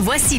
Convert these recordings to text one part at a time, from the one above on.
Voici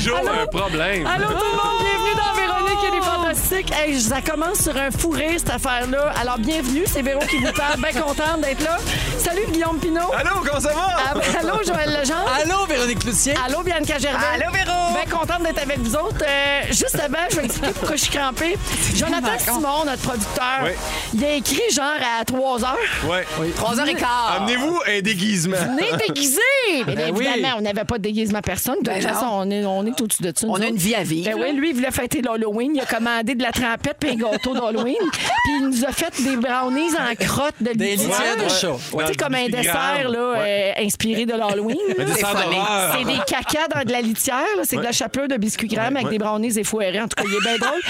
Joe a un problème. Allô tout le monde, bienvenue dans Véronique et les Fantastiques. Hey, ça commence sur un fourré cette affaire-là. Alors bienvenue, c'est Véro qui vous parle, bien contente d'être là. Salut Guillaume Pinot. Allô, comment ça va? Allô Joël Legendre. Allô, Véronique Cloutier. Allô, Bianca Gervais. Allô, Véro. Bien contente d'être avec vous autres. Euh, juste avant, je vais expliquer pourquoi je suis crampée. Jonathan Simon, notre producteur, Oui. il a écrit genre à 3 heures. Ouais. 3h15. Amenez-vous un déguisement. On est déguisé! Mais Ben oui. évidemment, on n'avait pas de déguisement personne. De toute non. façon, on est, Ben on est au-dessus de ça. nous On a autres. une vie à vivre. Ben oui, lui, il voulait fêter l'Halloween. Il a commandé de la trempette puis un gâteau d'Halloween. Puis il nous a fait des brownies en crotte de Des litière. litières de chat. Tu sais, comme un dessert là, euh, inspiré de l'Halloween. là. Un dessert follet. d'horreur. C'est des cacas dans de la litière, là. c'est de la chapelure de biscuits grammes avec des brownies effouérés. En tout cas, il est bien drôle.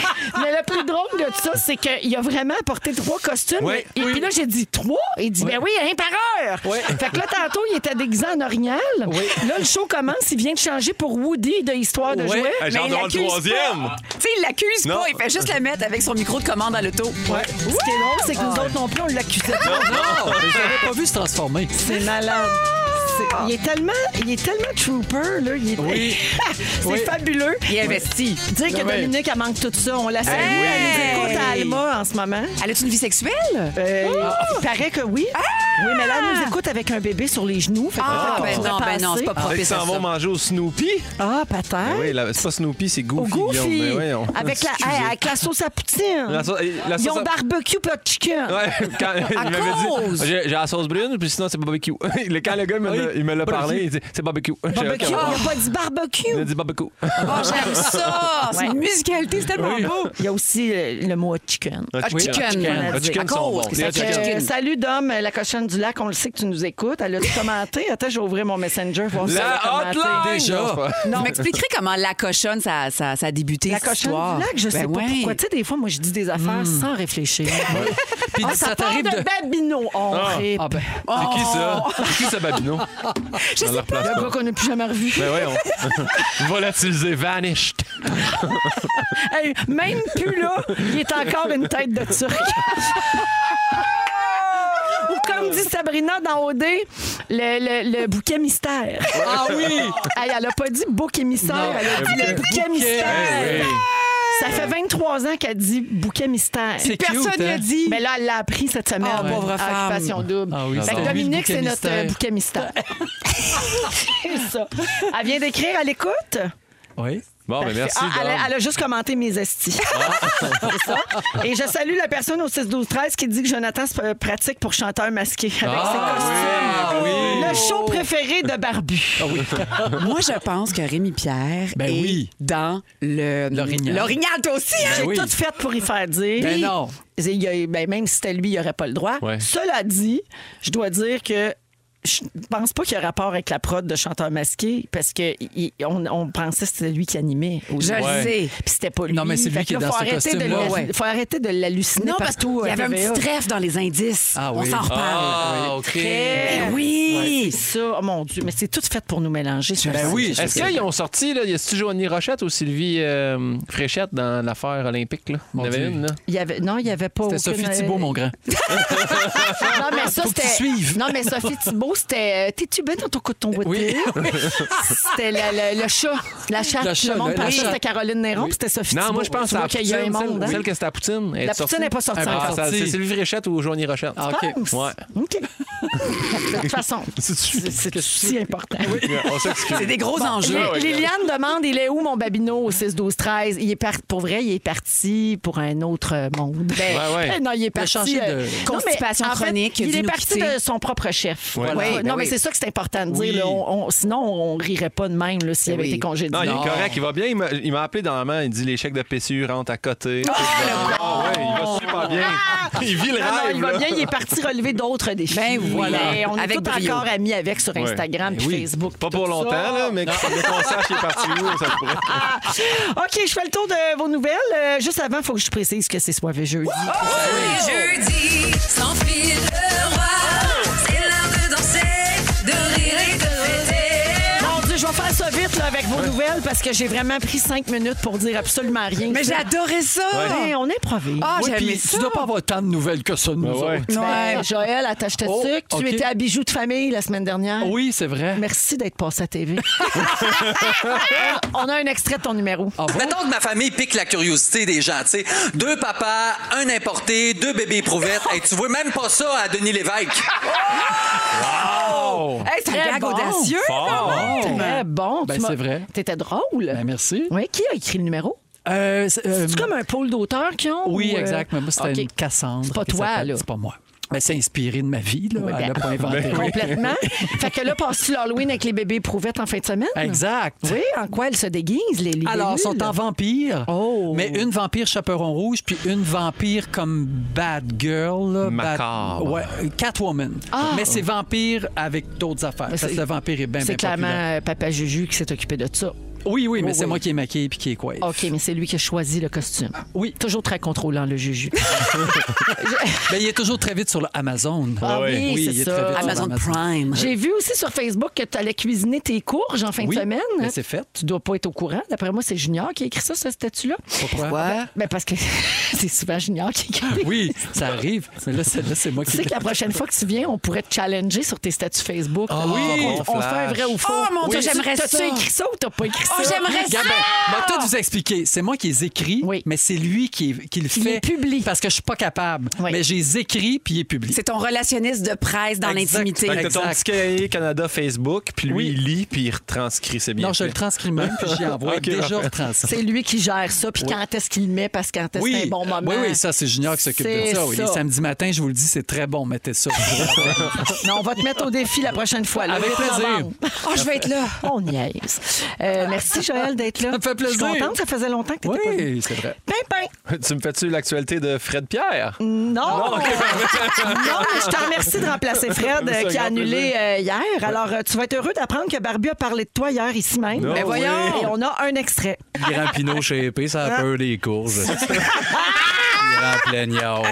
Mais le plus drôle de ça, c'est qu'il a vraiment apporté trois costumes. Ouais. Et puis là, j'ai dit trois. Il dit, ben oui, un par heure. Ouais. Fait que là, tantôt, il était déguisé en orignal. Là, le show commence. Il vient de changer pour Woody de Histoire de Ouais. jouets. Hey, Mais J'en il dois le l'accuse troisième. Tu sais, il l'accuse Non. pas, il fait juste le mettre avec son micro de commande à l'auto. Ouais. Ce qui est drôle, c'est que nous autres non plus, on l'accusait pas. Ah. Non, j'avais pas vu se transformer. C'est malade. Il est tellement, il est tellement trooper, là. Il est, Oui. c'est Oui. fabuleux. Il investit. Dire que Oui. Dominique, elle manque tout ça, on la salue. Ben oui. Elle nous écoute Hey. à Ah. Alma en ce moment. Elle a-tu une vie sexuelle? Euh, Il paraît que oui. Oui, mais là, elle nous écoute avec un bébé sur les genoux. Fait que Ah, peut-être qu'on ben non, pourrait ben non, penser. c'est pas Ah, Ben Ils propice à s'en vont ça. manger au Snoopy. Ah, patin. Oui, la- c'est pas Snoopy, c'est Au Goofy. Goofy. ben Guillaume, mais ouais, on- avec, la, Excusez. hey, avec la sauce à poutine. La sauce- la Ils sauce ont à- barbecue pas de chicken. Ouais, quand il m'avait cause. dit, j'ai j'ai la sauce brune, puis sinon c'est barbecue. Le- quand le gars me l'a- il me l'a parlé, il dit c'est barbecue. J'ai dit, Barbecue, OK, il bon. a pas dit barbecue. Il a dit barbecue. Oh, j'aime ça! C'est une musicalité, c'est tellement beau! Il y a aussi euh, le mot chicken. Ah, Oui, chicken. chicken. Ah, chicken À sont cause bons. que Les ça hot Fait que, chicken. euh, salut Dom, euh, la cochonne du lac, on le sait que tu nous écoutes. Elle a tout commenté. Attends, j'ai ouvert mon messenger voir si elle a La commenté. hotline! Déjà. Non. Tu m'expliquerais comment la cochonne, ça, ça, ça a débuté La cette cochonne histoire. du lac, je sais Ben pas ouais. pourquoi. Tu sais, des fois, moi, je dis des affaires sans réfléchir. Puis Ah, ça part t'arrive de de... Babino. On rip. Ah ben, C'est qui ça? Oh. C'est qui ça, Babino? Je sais pas. Le gars qu'on n'a plus jamais revu. Ben ouais, on... Volatilisé, vanished. Hey, même plus là, il est encore une tête de turc. Ou comme dit Sabrina dans OD, le, le, le bouquet mystère. Ah oui! Hey, elle a pas dit bouc émissaire, elle a dit le bouquet, Bouquet. mystère. Eh oui. Ça fait 23 ans qu'elle dit bouquet mystère. C'est cute, Personne ne hein? dit. Ben Mais là, elle l'a appris cette semaine. Ah, pauvre à femme. Occupation double. Ah oui, Fait c'est que vrai. Dominique, Lui, c'est le notre bouquet euh, bouquet mystère. C'est ça. Elle vient d'écrire, elle écoute. Oui. Bon, ben merci. Ah. Ah, elle, Dom. a, elle a juste commenté mes estis. C'est ça. Et je salue la personne au 6-12-13 qui dit que Jonathan se euh, pratique pour chanteur masqué avec Ah, ses costumes. Le show préféré de Barbu. Moi, je pense que Rémi Pierre Ben est oui. dans le L'orignal. Ben L'orignal, toi aussi, Ben hein? J'ai oui. tout fait pour y faire dire. Ben non. Il y a- ben, même si c'était lui, il n'aurait pas le droit. Ouais. Cela dit, je dois dire que je pense pas qu'il y a rapport avec la prod de chanteur masqué parce que il- on, on pensait que c'était lui qui animait. au Je début. le sais. Puis c'était pas lui. Non, mais c'est Fait lui que qui est là, dans ce faut arrêter de costume-là, l'hallu- ouais. faut arrêter de l'halluciner Non, parce partout. qu'il euh, y avait à un TVA. petit trèfle dans les indices. Ah On oui. s'en reparle. Ah, OK. Ben oui! Ça, oh mon Dieu, mais c'est tout fait pour nous mélanger. ce Ben soir. oui, je Est-ce qu'ils ont sorti, là, y a-tu Joanie Rochette ou Sylvie euh, Fréchette dans l'affaire olympique, là? Il y en Mon avait Dieu. une, là. Il y avait, non, il n'y avait pas. C'était Sophie aucune- euh, Thibault, mon grand. Non, mais ça, Faut que tu c'était. suives. Non, mais Sophie Thibault, c'était. euh, T'es-tu bien dans ton coton bouté? Oui. C'était le, le- le chat. La chatte. Le chat, le monde le- pensait la que chatte. c'était Caroline Néron, puis c'était Sophie Non, Thibault. moi, je pense Tu à vois la qu'il y poutine. a un monde, celle, hein? celle que c'était à poutine. Elle est La poutine sortie? n'est pas sortie Elle est encore. Ah, ça, sortie. c'est Sylvie Fréchette ou Joanie Rochette? Ah, Tu OK. penses? Ouais. OK. De toute façon, c'est- c'est si important. On s'excuse. C'est des gros enjeux. Lé- Liliane demande il est où mon Babino au 6 12 13 il est par- pour vrai il est parti pour un autre euh, monde. Ben, Ouais, ouais. non il est parti euh, changé de non, mais constipation en fait, chronique, il dû est nous parti quitter. de son propre chef. Ouais. Oui, pas- ben non, mais oui. c'est ça que c'est important de dire. Oui. là. On- on- sinon, on rirait pas de même là, s'il Ben avait oui. été congédié. Non, il Non. est correct, il va bien. Il m'a- Il m'a appelé dans la main, il dit les chèques de PCU rentrent à côté. Oh, Ah ouais, il va super bien. Il vit le Ah! Non, non, rêve. il va là. bien, il est parti relever d'autres défis. Ben voilà. Mais on Avec est tous brio. encore amis avec sur Ouais. Instagram Ben puis oui. Facebook. Pas tout pour ça. longtemps, là, mais qu'on sache qu'il est parti où, ça pourrait. OK, je fais le tour de vos nouvelles. Euh, juste avant, il faut que je précise que c'est soir et jeudi. Jeudi, sans fil de roi, c'est l'heure de danser, de rire et de fêter. Mon Dieu, je vais faire ça vite là, avec vos nouvelles parce que j'ai vraiment pris cinq minutes pour dire absolument rien. Mais j'ai adoré ça. Ben, on improvise. Ah, Ouais, j'aimais puis ça. tu dois pas avoir tant de nouvelles que ça, de nous ouais. autres. Ouais. Ben, Joël, attache-toi Oh, sucre. Tu OK. Oh. étais à bijoux de famille la semaine dernière. Oui, c'est vrai. Merci d'être passé à TV. on a un extrait de ton numéro. Ah. Mettons que ma famille pique la curiosité des gens, tu sais. Deux papas, un importé, deux bébés éprouvettes. Et tu vois même pas ça à Denis Lévesque. Hey, c'est un Très gag bon. audacieux. Très bon. Ben, Tu m'as- c'est vrai. T'étais drôle. Ben, merci. Oui, qui a écrit le numéro? Euh, c'est, euh, C'est comme un pôle d'auteurs qui ont? Oui, ou, euh, exact. Mais moi, c'était OK. une Cassandre. C'est pas qui toi, s'appelle. là. C'est pas moi. Mais c'est inspiré de ma vie, là. Elle ben, l'a pas inventé. Complètement. fait que là, passe-tu l'Halloween avec les bébés éprouvettes en fin de semaine? Exact. Oui, en quoi elles se déguisent, les, les Alors, ils bélules? sont en vampire, Oh. mais une vampire chaperon rouge, puis une vampire comme bad girl. là, bad- Macabre. ouais, euh, Catwoman. Ah. Mais c'est vampire avec d'autres affaires. Mais Parce que c'est- le vampire est bien, C'est bien clairement populaire. euh, Papa Juju qui s'est occupé de ça. Oui, oui, mais Oui, c'est oui. moi qui est maquillé puis qui est quoi. OK, mais c'est lui qui a choisi le costume. Ah, Oui. Toujours très contrôlant, le Juju. Ben, il est toujours très vite sur le Amazon. Ah oui, oui, c'est il est ça. très vite sur Amazon Prime. J'ai vu aussi sur Facebook que tu allais cuisiner tes courges en fin Oui, de semaine. mais c'est fait. Tu dois pas être au courant. D'après moi, c'est Junior qui a écrit ça, ce statut-là. Pourquoi? Mais parce que c'est souvent Junior qui écrit. Oui, ça arrive. Mais là, c'est, là, c'est moi Tu qui. sais que la prochaine fois que tu viens, on pourrait te challenger sur tes statuts Facebook. Ah On- oui, on, on fait un vrai ou faux. Oh, mon Dieu, Oui. j'aimerais T'as-tu ça. écrit ça ou t'as pas écrit ça? Oh, j'aimerais ça. Regarde, ben, ben, tout vous expliquer. C'est moi qui les écris, Oui. mais c'est lui qui, qui le Qui les fait. publie. Parce que je suis pas capable. Oui. Mais je les écris puis il les publie. C'est ton relationniste de presse dans Exact. l'intimité. Fait que t'as ton Exact. petit cahier Canada Facebook, puis lui, Oui. il lit, puis il retranscrit. C'est bien. Non, je fait. le transcris même puis j'y envoie Ok, déjà parfait. retranscrit. C'est lui qui gère ça, puis quand est-ce qu'il le met, parce que quand est-ce que c'est un bon moment. oui, oui, ça, c'est Junior qui s'occupe de C'est ça. Oui. Les ça. samedis matins, je vous le dis, c'est très bon, mettez ça. Non, on va te mettre au défi la prochaine fois. là. Avec Le huit plaisir. novembre. Oh, je vais être là. On niaise. Euh, merci, Joël, d'être là. Ça me fait plaisir. Je suis contente, ça faisait longtemps que tu n'étais pas oui, c'est vrai. venu. Pimpin! Tu me fais-tu l'actualité de Fred Pierre? Non! Non, mais je te remercie de remplacer Fred, Ça euh, fait qui a grand annulé plaisir. euh, hier. Alors, euh, tu vas être heureux d'apprendre que Barbie a parlé de toi hier ici même. Non, Mais Ben voyons! Et on a un extrait. Grand Pinot chez Épée, ça Ah. a peur des courges. Grand plaignard.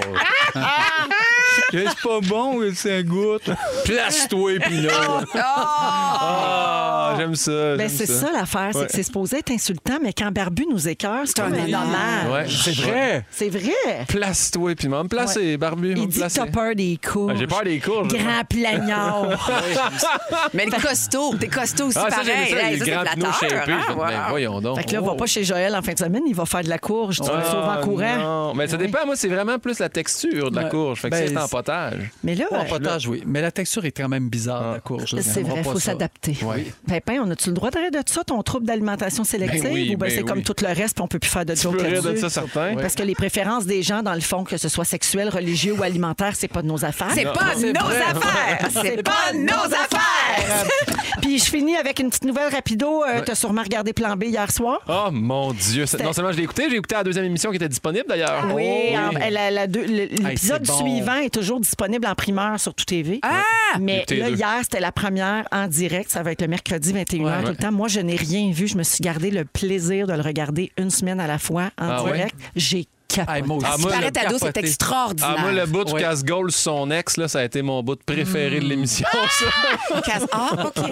C'est pas bon, c'est un goutte. Place-toi, Pinot. Ah, j'aime ça. Ben, j'aime c'est ça, l'affaire, c'est que c'est supposé être insultant, mais quand Barbu nous écœure, c'est un hommage. Ouais, c'est vrai. C'est vrai. Place-toi, puis me placer, Barbu. va Il me dit que placer. t'as peur des cours. Ah, J'ai peur des courges. Grand plaignard. Mais le costaud, t'es costaud aussi Ah, ça, pareil. j'ai vu ça, Hey, les c'est grands pneus flatteur, shapés. hein, Je fais, voilà. ben, voyons donc. Fait que là, va pas chez Joël en fin de semaine, il va faire de la courge. Tu vas le sauver en Ah, courant. non. Mais ça dépend. Moi, c'est vraiment plus la texture de la Ouais. courge. Fait que Ben, si c'est en c'est- potage. Mais là, Pas en potage, oui. Mais la texture est quand même bizarre, Ah. la courge. là. c'est On vrai, fera il pas faut ça. s'adapter. Oui. Pépin, on a-tu le droit de rire de ça, ton trouble d'alimentation sélective? Ben oui, ou bien ben c'est comme oui. tout le reste, puis on peut plus faire de Tu jokes peux rire de là-dessus? ça, certain. Parce que les préférences des gens, dans le fond, que ce soit sexuel, religieux ou alimentaire, c'est pas de nos affaires. C'est pas nos affaires. C'est pas nos affaires. Puis je finis avec une petite nouvelle rapido. Euh, T'as sûrement regardé Plan B hier soir. Oh mon Dieu. C'est- Non seulement je l'ai écouté, j'ai écouté la deuxième émission qui était disponible d'ailleurs. Ah Oui, Ah, en- la- la deux- le- l'épisode c'est bon. suivant est toujours disponible en primeur sur Tout TV. Ah! Mais Écoutez là, les deux. hier, c'était la première en direct. Ça va être le mercredi 21h tout le temps. Moi, je n'ai rien vu. Je me suis gardé le plaisir de le regarder une semaine à la fois en Ah ouais? direct. J'ai capoté. Hey, moi aussi, Ah, Tu moi, parais le ta douce est capoté. extraordinaire. Ah, moi, le bout du Ouais. casse-goal sur son ex, là, ça a été mon bout de préféré de l'émission. ça. Casse- Ah, OK.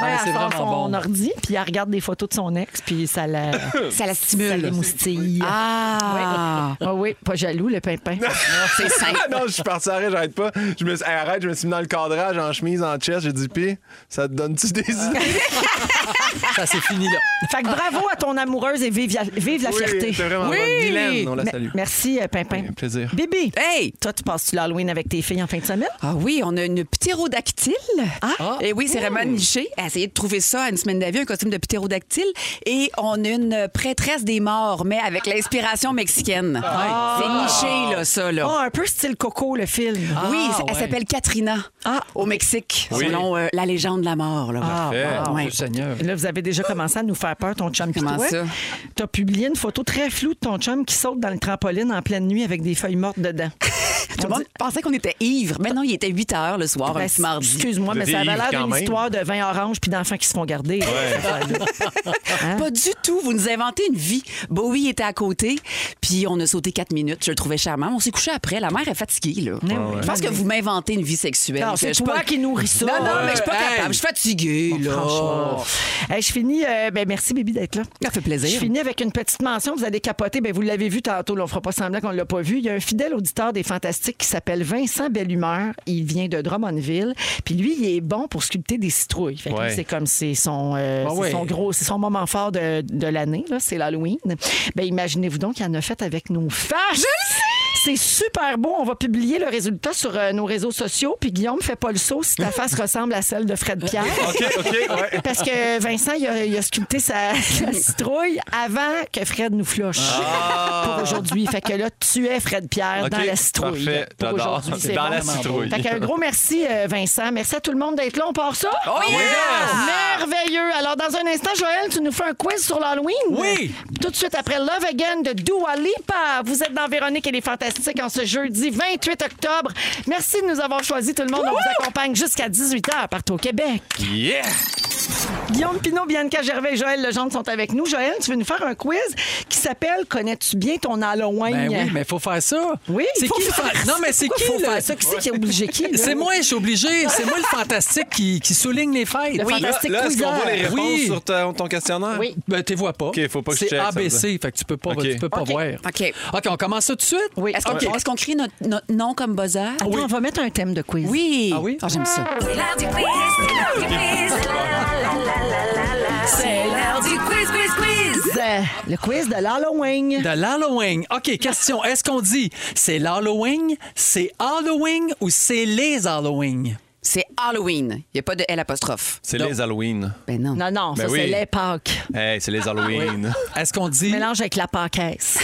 Ah, Ouais, c'est elle sort vraiment son bon. ordi, puis elle regarde des photos de son ex, puis ça la, Ça la ça stimule. l'émoustille. Ah, Ah oui, pas jaloux, le pimpin. c'est simple. Ah, non, je suis parti arrête, j'arrête pas. Je me suis, hey, arrête, je me suis mis dans le cadrage en chemise, en chest. J'ai dit, pis, ça te donne-tu des idées? Ça, c'est fini, là. Fait que bravo à ton amoureuse et vive, vive la Oui, fierté. t'es vraiment bonne. Mylène, on la Me- salue. Merci, euh, Pimpin. Oui, plaisir. Bibi, Hey! toi, tu passes-tu l'Halloween avec tes filles en fin de semaine? Ah oui, on a une ptérodactyle. Ah. Et oui, c'est Raymond Niché. Elle essayé de trouver ça à une semaine d'avis, un costume de ptérodactyle. Et on a une prêtresse des morts, mais avec l'inspiration mexicaine. C'est niché, là, ça, là. Ah, un peu style Coco, le film. oui, ah, elle ouais. s'appelle Katrina, au Mexique, Oui. selon euh, la légende de la mort. Là. Ah, Parfait. wow, Ouais. Dieu Seigneur. Là, vous avez déjà commencé à nous faire peur, ton chum. Comment ça? Tu as publié une photo très floue de ton chum qui saute dans le trampoline en pleine nuit avec des feuilles mortes dedans. Tout le monde pensait qu'on était ivre. Mais non, il était 8 heures le soir, Ben, un petit mardi. Excuse-moi, Vous mais ça étiez avait ivre l'air quand d'une même. histoire de vin orange puis d'enfants qui se font garder. Ben, Pas du tout. Vous nous inventez une vie. Bowie était à côté, puis on a sauté quatre minutes. Je le trouvais charmant. On s'est couché après. La mère est fatiguée, là. Je pense que vous m'inventez une vie sexuelle. Non, c'est Je suis toi pas- qui nourris ça. Non, non, mais je suis pas Hey. capable. Je suis fatiguée, là. Franchement. Hey, je finis. euh, ben, merci, Bibi, d'être là. Ça fait plaisir. Je finis avec une petite mention. Vous allez capoter. Ben, vous l'avez vu tantôt. là, on fera pas semblant qu'on l'a pas vu. Il y a un fidèle auditeur des Fantastiques qui s'appelle Vincent Bellumeur. Il vient de Drummondville. Puis lui, il est bon pour sculpter des citrouilles. Fait que lui, Ouais. c'est comme c'est son, euh, Ah c'est ouais. son gros, c'est son moment fort de, de l'année. là. C'est l'Halloween. Ben, imaginez-vous donc qu'il en a fait avec nos faces. C'est super beau. On va publier le résultat sur euh, nos réseaux sociaux. Puis Guillaume, fais pas le saut si ta face ressemble à celle de Fred Pierre. OK, OK, ouais. Parce que Vincent, il a, il a sculpté sa, sa citrouille avant que Fred nous floche pour aujourd'hui. Fait que là, tu es Fred Pierre Ah! OK, dans la citrouille. parfait. pour J'adore. aujourd'hui. C'est Dans la vraiment citrouille. beau. Fait qu'un gros merci, euh, Vincent. Merci à tout le monde d'être là. On part ça? Oh, Merveilleux. Alors, dans un instant, Joël, tu nous fais un quiz sur l'Halloween. Oui. Tout de suite après Love Again de Dua Lipa. Vous êtes dans Véronique et les Fantastiques en ce jeudi 28 octobre. Merci de nous avoir choisis, tout le monde. On vous accompagne jusqu'à 18h partout au Québec. Yeah! Guillaume Pinot, Bianca Gervais et Joël Legendre sont avec nous. Joël, tu veux nous faire un quiz qui s'appelle Connais-tu bien ton Ben Halloween? oui, mais faut faire ça. Oui, c'est faut qui le faire fa- ça. Non, mais c'est qui Faut le- faire ça? Qui c'est qui a obligé qui? là? C'est moi, je suis obligé. C'est moi le fantastique qui, qui souligne les fêtes. Le Là, fantastique là, est-ce qu'on voit les quizzer. réponses Oui. sur ta- ton questionnaire? Oui. Ben, t'es vois pas. OK, faut pas que je C'est check, ça ABC, fait que tu peux pas, OK. tu peux pas OK. voir. OK. OK, on commence ça tout de suite? Oui. Est-ce qu'on Ok. Ah est-ce qu'on crie notre, notre nom comme buzzer? Attends, on va mettre un thème de quiz. Oui. Ah oui? Ah, J'aime ça. C'est l'heure du quiz, c'est l'heure du quiz, la, la, la, la, la, la. C'est l'heure du quiz, quiz, quiz. Euh, Le quiz de l'Halloween. De l'Halloween. OK, question. Est-ce qu'on dit c'est l'Halloween, c'est Halloween ou c'est les Halloween? C'est Halloween. Il n'y a pas de L apostrophe. C'est les Halloween. Ben non. Non, non, ça, Ben oui. c'est les Pâques. Hey, c'est les Halloween. Est-ce qu'on dit. Mélange avec la Pâquesse.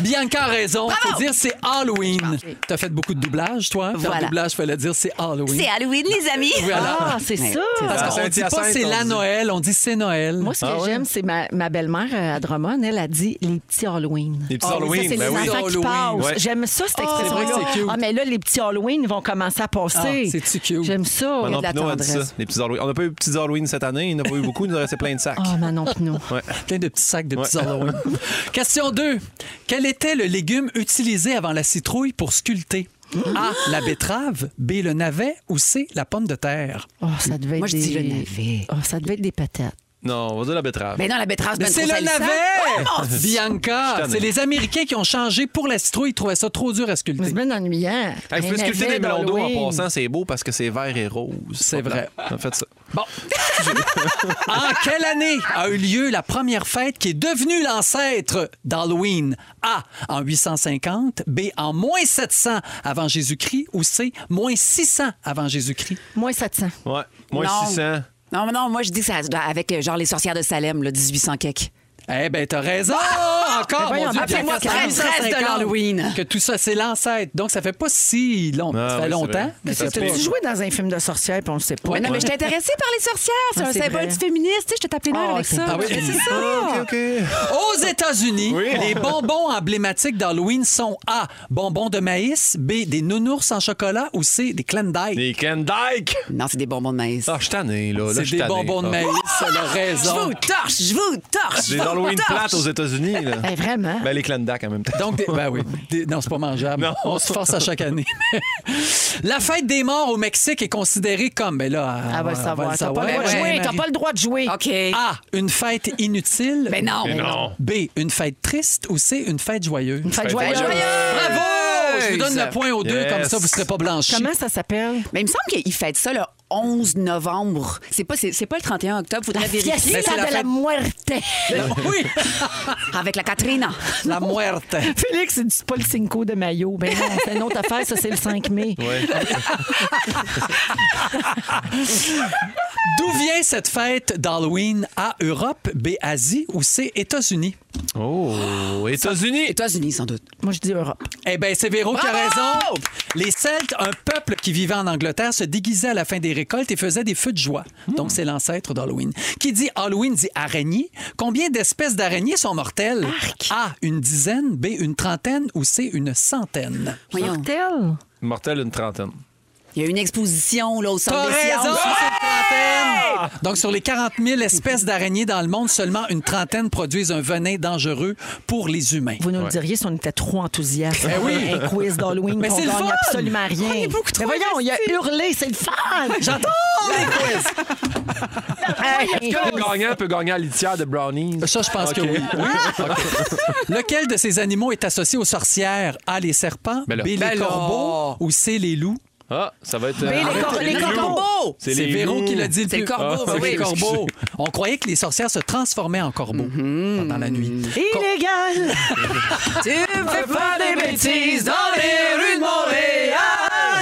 Bianca a raison. Faut dire c'est Halloween. T'as fait beaucoup de doublage, toi. Puis En Voilà. doublage, fallait dire c'est Halloween. C'est Halloween, les amis. Voilà. Ah, c'est Mais ça. c'est Parce qu'on dit pas Saint-Hyacinthe, c'est on la dit. Noël, on dit c'est Noël. Moi, Ah, ce que j'aime, c'est ma, ma belle-mère euh, à Drummond, elle a dit les petits Halloween. Les petits Ah, Ça, Halloween, c'est ben les oui. enfants qui Halloween, passent. ouais. J'aime ça, cette vrai que expression-là. c'est cute. Ah, mais là, les petits Halloween vont commencer à passer. Ah, c'est-tu cute? J'aime ça. Manon de la Pinot a dit ça, tendresse. les petits Halloween. On n'a pas eu de petits Halloween cette année, il n'y en a pas eu beaucoup, il nous a resté plein de sacs. Ah, Manon Pinot. Plein de petits sacs de petits Ouais. Halloween. Question 2. Quel était le légume utilisé avant la citrouille pour sculpter? A. La betterave. B. Le navet. Ou C. La pomme de terre? Oh, ça devait Moi, être je dis des... le navet. Oh, ça devait être des patates. Non, on va dire la betterave. Ben non, la betterave, Mais ben c'est trop le salissant. navet! Ah, Bianca! tanné. C'est les Américains qui ont changé pour la citrouille. Ils trouvaient ça trop dur à Mais c'est sculpter. bien ennuyant. Hey, vous Un pouvez sculpter navet des melons d'eau en d'Halloween. passant, c'est beau parce que c'est vert et rose. C'est vrai. En fait, ça. Bon. en quelle année a eu lieu la première fête qui est devenue l'ancêtre d'Halloween? A. En 850. B. En moins 700 avant Jésus-Christ. Ou C. Moins 600 avant Jésus-Christ. Moins 700. Ouais. Moins Non. 600. Non, mais non, moi, je dis que ça doit- avec euh, genre les sorcières de Salem, le 1800 cake. Eh bien, t'as raison! Encore, Ah! Ben voyons, mon Dieu, appelez-moi Bianca, prêtresse de 850, l'Halloween. Que tout ça, c'est l'ancêtre. Donc, ça fait pas si long. Ah, ça oui, fait c'est longtemps. vrai. mais Ça c'est se pas- peut. Tu jouais dans un film de sorcière, puis on le sait pas. Ouais, non, mais je t'ai intéressée par les sorcières. C'est Ah, un c'est symbole vrai. du féministe. Tu sais, je te tape les nerfs Ah, avec c'est ça. pas Mais vrai. C'est OK, Ah, ça. OK. Aux États-Unis, Oui. les bonbons emblématiques d'Halloween sont A. Bonbons de maïs, B. Des nounours en chocolat ou C. Des Klondike. Les Kendike! Non, c'est des bonbons de maïs. Ah, je suis tanné, là. Là, je C'est suis des tanné. bonbons de Ah. maïs, elle a Je raison. vous torche, je vous torche. je Des vous Halloween torche. plates aux États-Unis, là. Ben, vraiment. Ben, les Klondike en même temps. Donc, des- ben oui. Des- non, c'est pas mangeable. Non. On se force à chaque année. la fête des morts au Mexique est considérée comme. Ben là, Ah, va le savoir. le T'as pas le droit de ouais, jouer. Marie. T'as pas le droit de jouer. OK. A. Une fête inutile. Mais non. Mais non. B. Une fête triste ou C. Une fête joyeuse. Fait que Fête Ben, joyeuse. joyeuse. Bravo! Je vous donne le point aux deux, Yes. comme ça, vous serez pas blanchis. Comment ça s'appelle? Mais il me Ben, semble qu'il fête ça le 11 novembre. C'est pas, c'est, c'est pas le 31 octobre. Faudrait vérifier. fiesta Mais Ben, c'est la de la fête. muerte. Oui! Avec la Katrina. La muerte. Félix, il dit pas le Cinco de maillot. Ben non, c'est une autre affaire, ça, c'est le 5 mai. D'où vient cette fête d'Halloween? A, Europe, B, Asie ou C, États-Unis? Oh, États-Unis. États-Unis, sans doute. Moi, je dis Europe. Eh bien, c'est Véro qui a raison. Les Celtes, un peuple qui vivait en Angleterre, se déguisait à la fin des récoltes et faisait des feux de joie. Hmm. Donc, c'est l'ancêtre d'Halloween. Qui dit Halloween dit araignée. Combien d'espèces d'araignées sont mortelles? A, une dizaine, B, une trentaine ou C, une centaine? Voyons. Tel. Mortel, une trentaine. Il y a une exposition là, au Centre T'as des raison, sciences. c'est une trentaine. Donc, sur les 40 000 espèces d'araignées dans le monde, seulement une trentaine produisent un venin dangereux pour les humains. Vous nous le diriez si on était trop enthousiastes. Ben oui. Un quiz d'Hallowing, Mais qu'on c'est le gagne fun. absolument rien. On est beaucoup Mais trop voyons, il a hurlé, c'est le fun. J'entends les quiz! Hey, Le gagnant peut gagner à la litière de brownies. Ben, Ça, je pense que oui. Oui? OK. Lequel de ces animaux est associé aux sorcières? A, les serpents, Ben là. B, les Ben là. corbeaux ou C, les loups? Ah, ça va être. Mais les, cor- les corbeaux. corbeaux! C'est les Véro loups. qui l'a dit le C'est plus. le Ah, corbeau, ben c'est oui. le corbeau. On croyait que les sorcières se transformaient en corbeaux pendant la nuit. Cor- Illégal. Tu fais pas des bêtises dans les rues de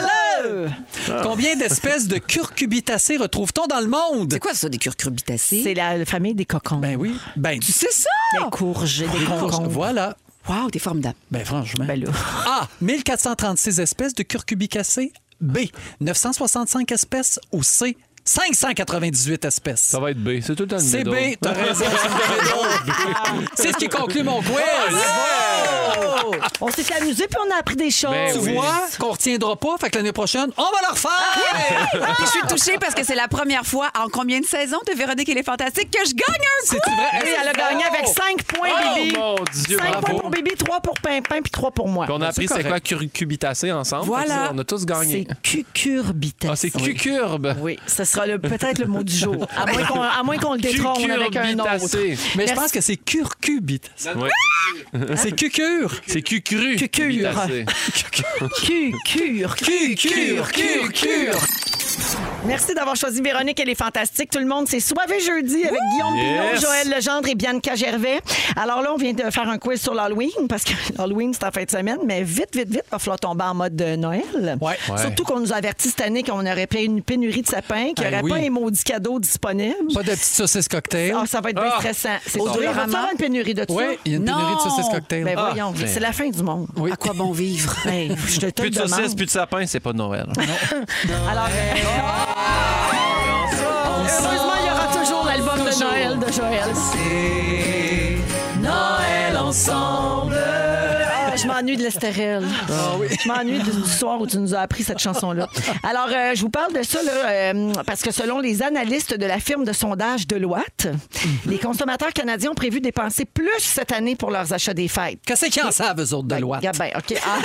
Montréal. Combien d'espèces de curcubitacées retrouve-t-on dans le monde? C'est quoi ça, des curcubitacées? C'est la famille des cocons. Ben oui. Ben, tu C'est ça! Des courges, des concombres. Voilà. Wow, t'es formidable. Ben franchement. Ben là. A. 1436 espèces de curcubitacées. B. 965 espèces. Ou C. 598 espèces. Ça va être B. C'est tout le temps une C'est middle. B, t'as raison. C'est ce qui conclut mon quiz. On s'est amusé puis on a appris des choses. Ben Tu oui. vois qu'on retiendra pas, fait que l'année prochaine, on va le refaire. Puis je suis touchée parce que c'est la première fois en combien de saisons de Véronique et les Fantastiques que je gagne un C'est vrai. Oui, elle a gagné avec 5 points, Oh, Bibi. mon Dieu, 5 points bravo. pour Bibi, 3 pour Pimpin, puis 3 pour moi. Puis on a appris c'est correct. quoi curcubitacé ensemble. Voilà. Fait que ça, On a tous C'est gagné. cucurbitacé. Ah, c'est cucurbe. Oui, ce sera le- peut-être le mot du jour. À moins qu'on, à moins qu'on le détrône avec un autre. Cucurbitacé. Mais je pense que c'est curcubitacée. Ouais. C'est cucur. C'est cucru. Cucure. Cucurbitacé. Cucure. Cucur, curcur. Merci d'avoir choisi Véronique, elle est fantastique. Tout le monde, c'est Soivé Jeudi avec Guillaume Pinot, Yes. Joël Legendre et Bianca Gervais. Alors là, on vient de faire un quiz sur l'Halloween parce que l'Halloween, c'est en fin de semaine, mais vite, vite, vite, va falloir tomber en mode de Noël. Ouais. Ouais. Surtout qu'on nous a averti cette année qu'on aurait plein une pénurie de sapins, qu'il n'y Eh aurait oui. pas les maudits cadeaux disponibles. Pas de petites saucisses cocktail. Ah, ça va être bien stressant. C'est Au sûr. Il va Dolorama. falloir une pénurie de tout Oui, il y a une pénurie de saucisses Non. cocktail. Ben Ah. voyons, c'est la fin du monde. Oui. À quoi bon vivre? Hey, je te, te Plus le de saucisses, demande. Ah, ben plus de sapin, c'est pas de Noël. Alors, euh, Oh! heureusement, il y aura toujours l'album de Noël de Joël. Noël ensemble. Ah, je m'ennuie de l'estérel. Je m'ennuie du, du soir où tu nous as appris cette chanson-là. Alors, euh, je vous parle de ça, là, euh, parce que selon les analystes de la firme de sondage Deloitte, les consommateurs canadiens ont prévu dépenser plus cette année pour leurs achats des fêtes. Qu'est-ce qu'ils en savent, eux autres, de loi? Ben, ben, OK. Ah,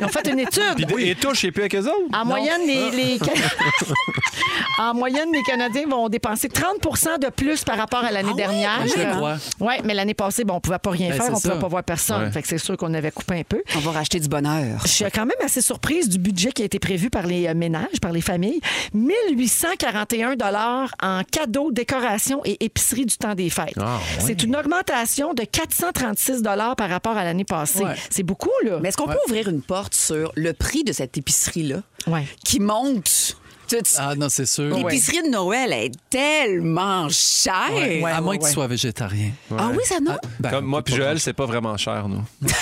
ils ont fait une Puis étude. et touche, et puis avec eux autres. En moyenne, les, les Can- en moyenne, les Canadiens vont dépenser 30 de plus par rapport à l'année dernière. Ah Je le crois. Oui, mais l'année passée, bon, on ne pouvait pas rien Ben, faire, c'est on ne pouvait ça. pas voir personne. Fait que c'est sûr qu'on avait coupé un peu. On va racheter du bonheur. Je suis quand même assez surprise du budget qui a été prévu par les euh, ménages, par les familles. 1841 dollars en cadeaux, décorations et épicerie du temps des fêtes. Ah, C'est une augmentation de 436 dollars par rapport à l'année passée. Ouais. C'est beaucoup là. Mais est-ce qu'on peut ouvrir une porte sur le prix de cette épicerie-là Ouais. qui monte? Tu- tu- Ah non, c'est sûr. L'épicerie de Noël est tellement chère. Ouais, à moins que tu sois végétarien. Ah oui, ça non? Ben, Comme moi on peut puis Joël, c'est pas vraiment cher, nous. pas-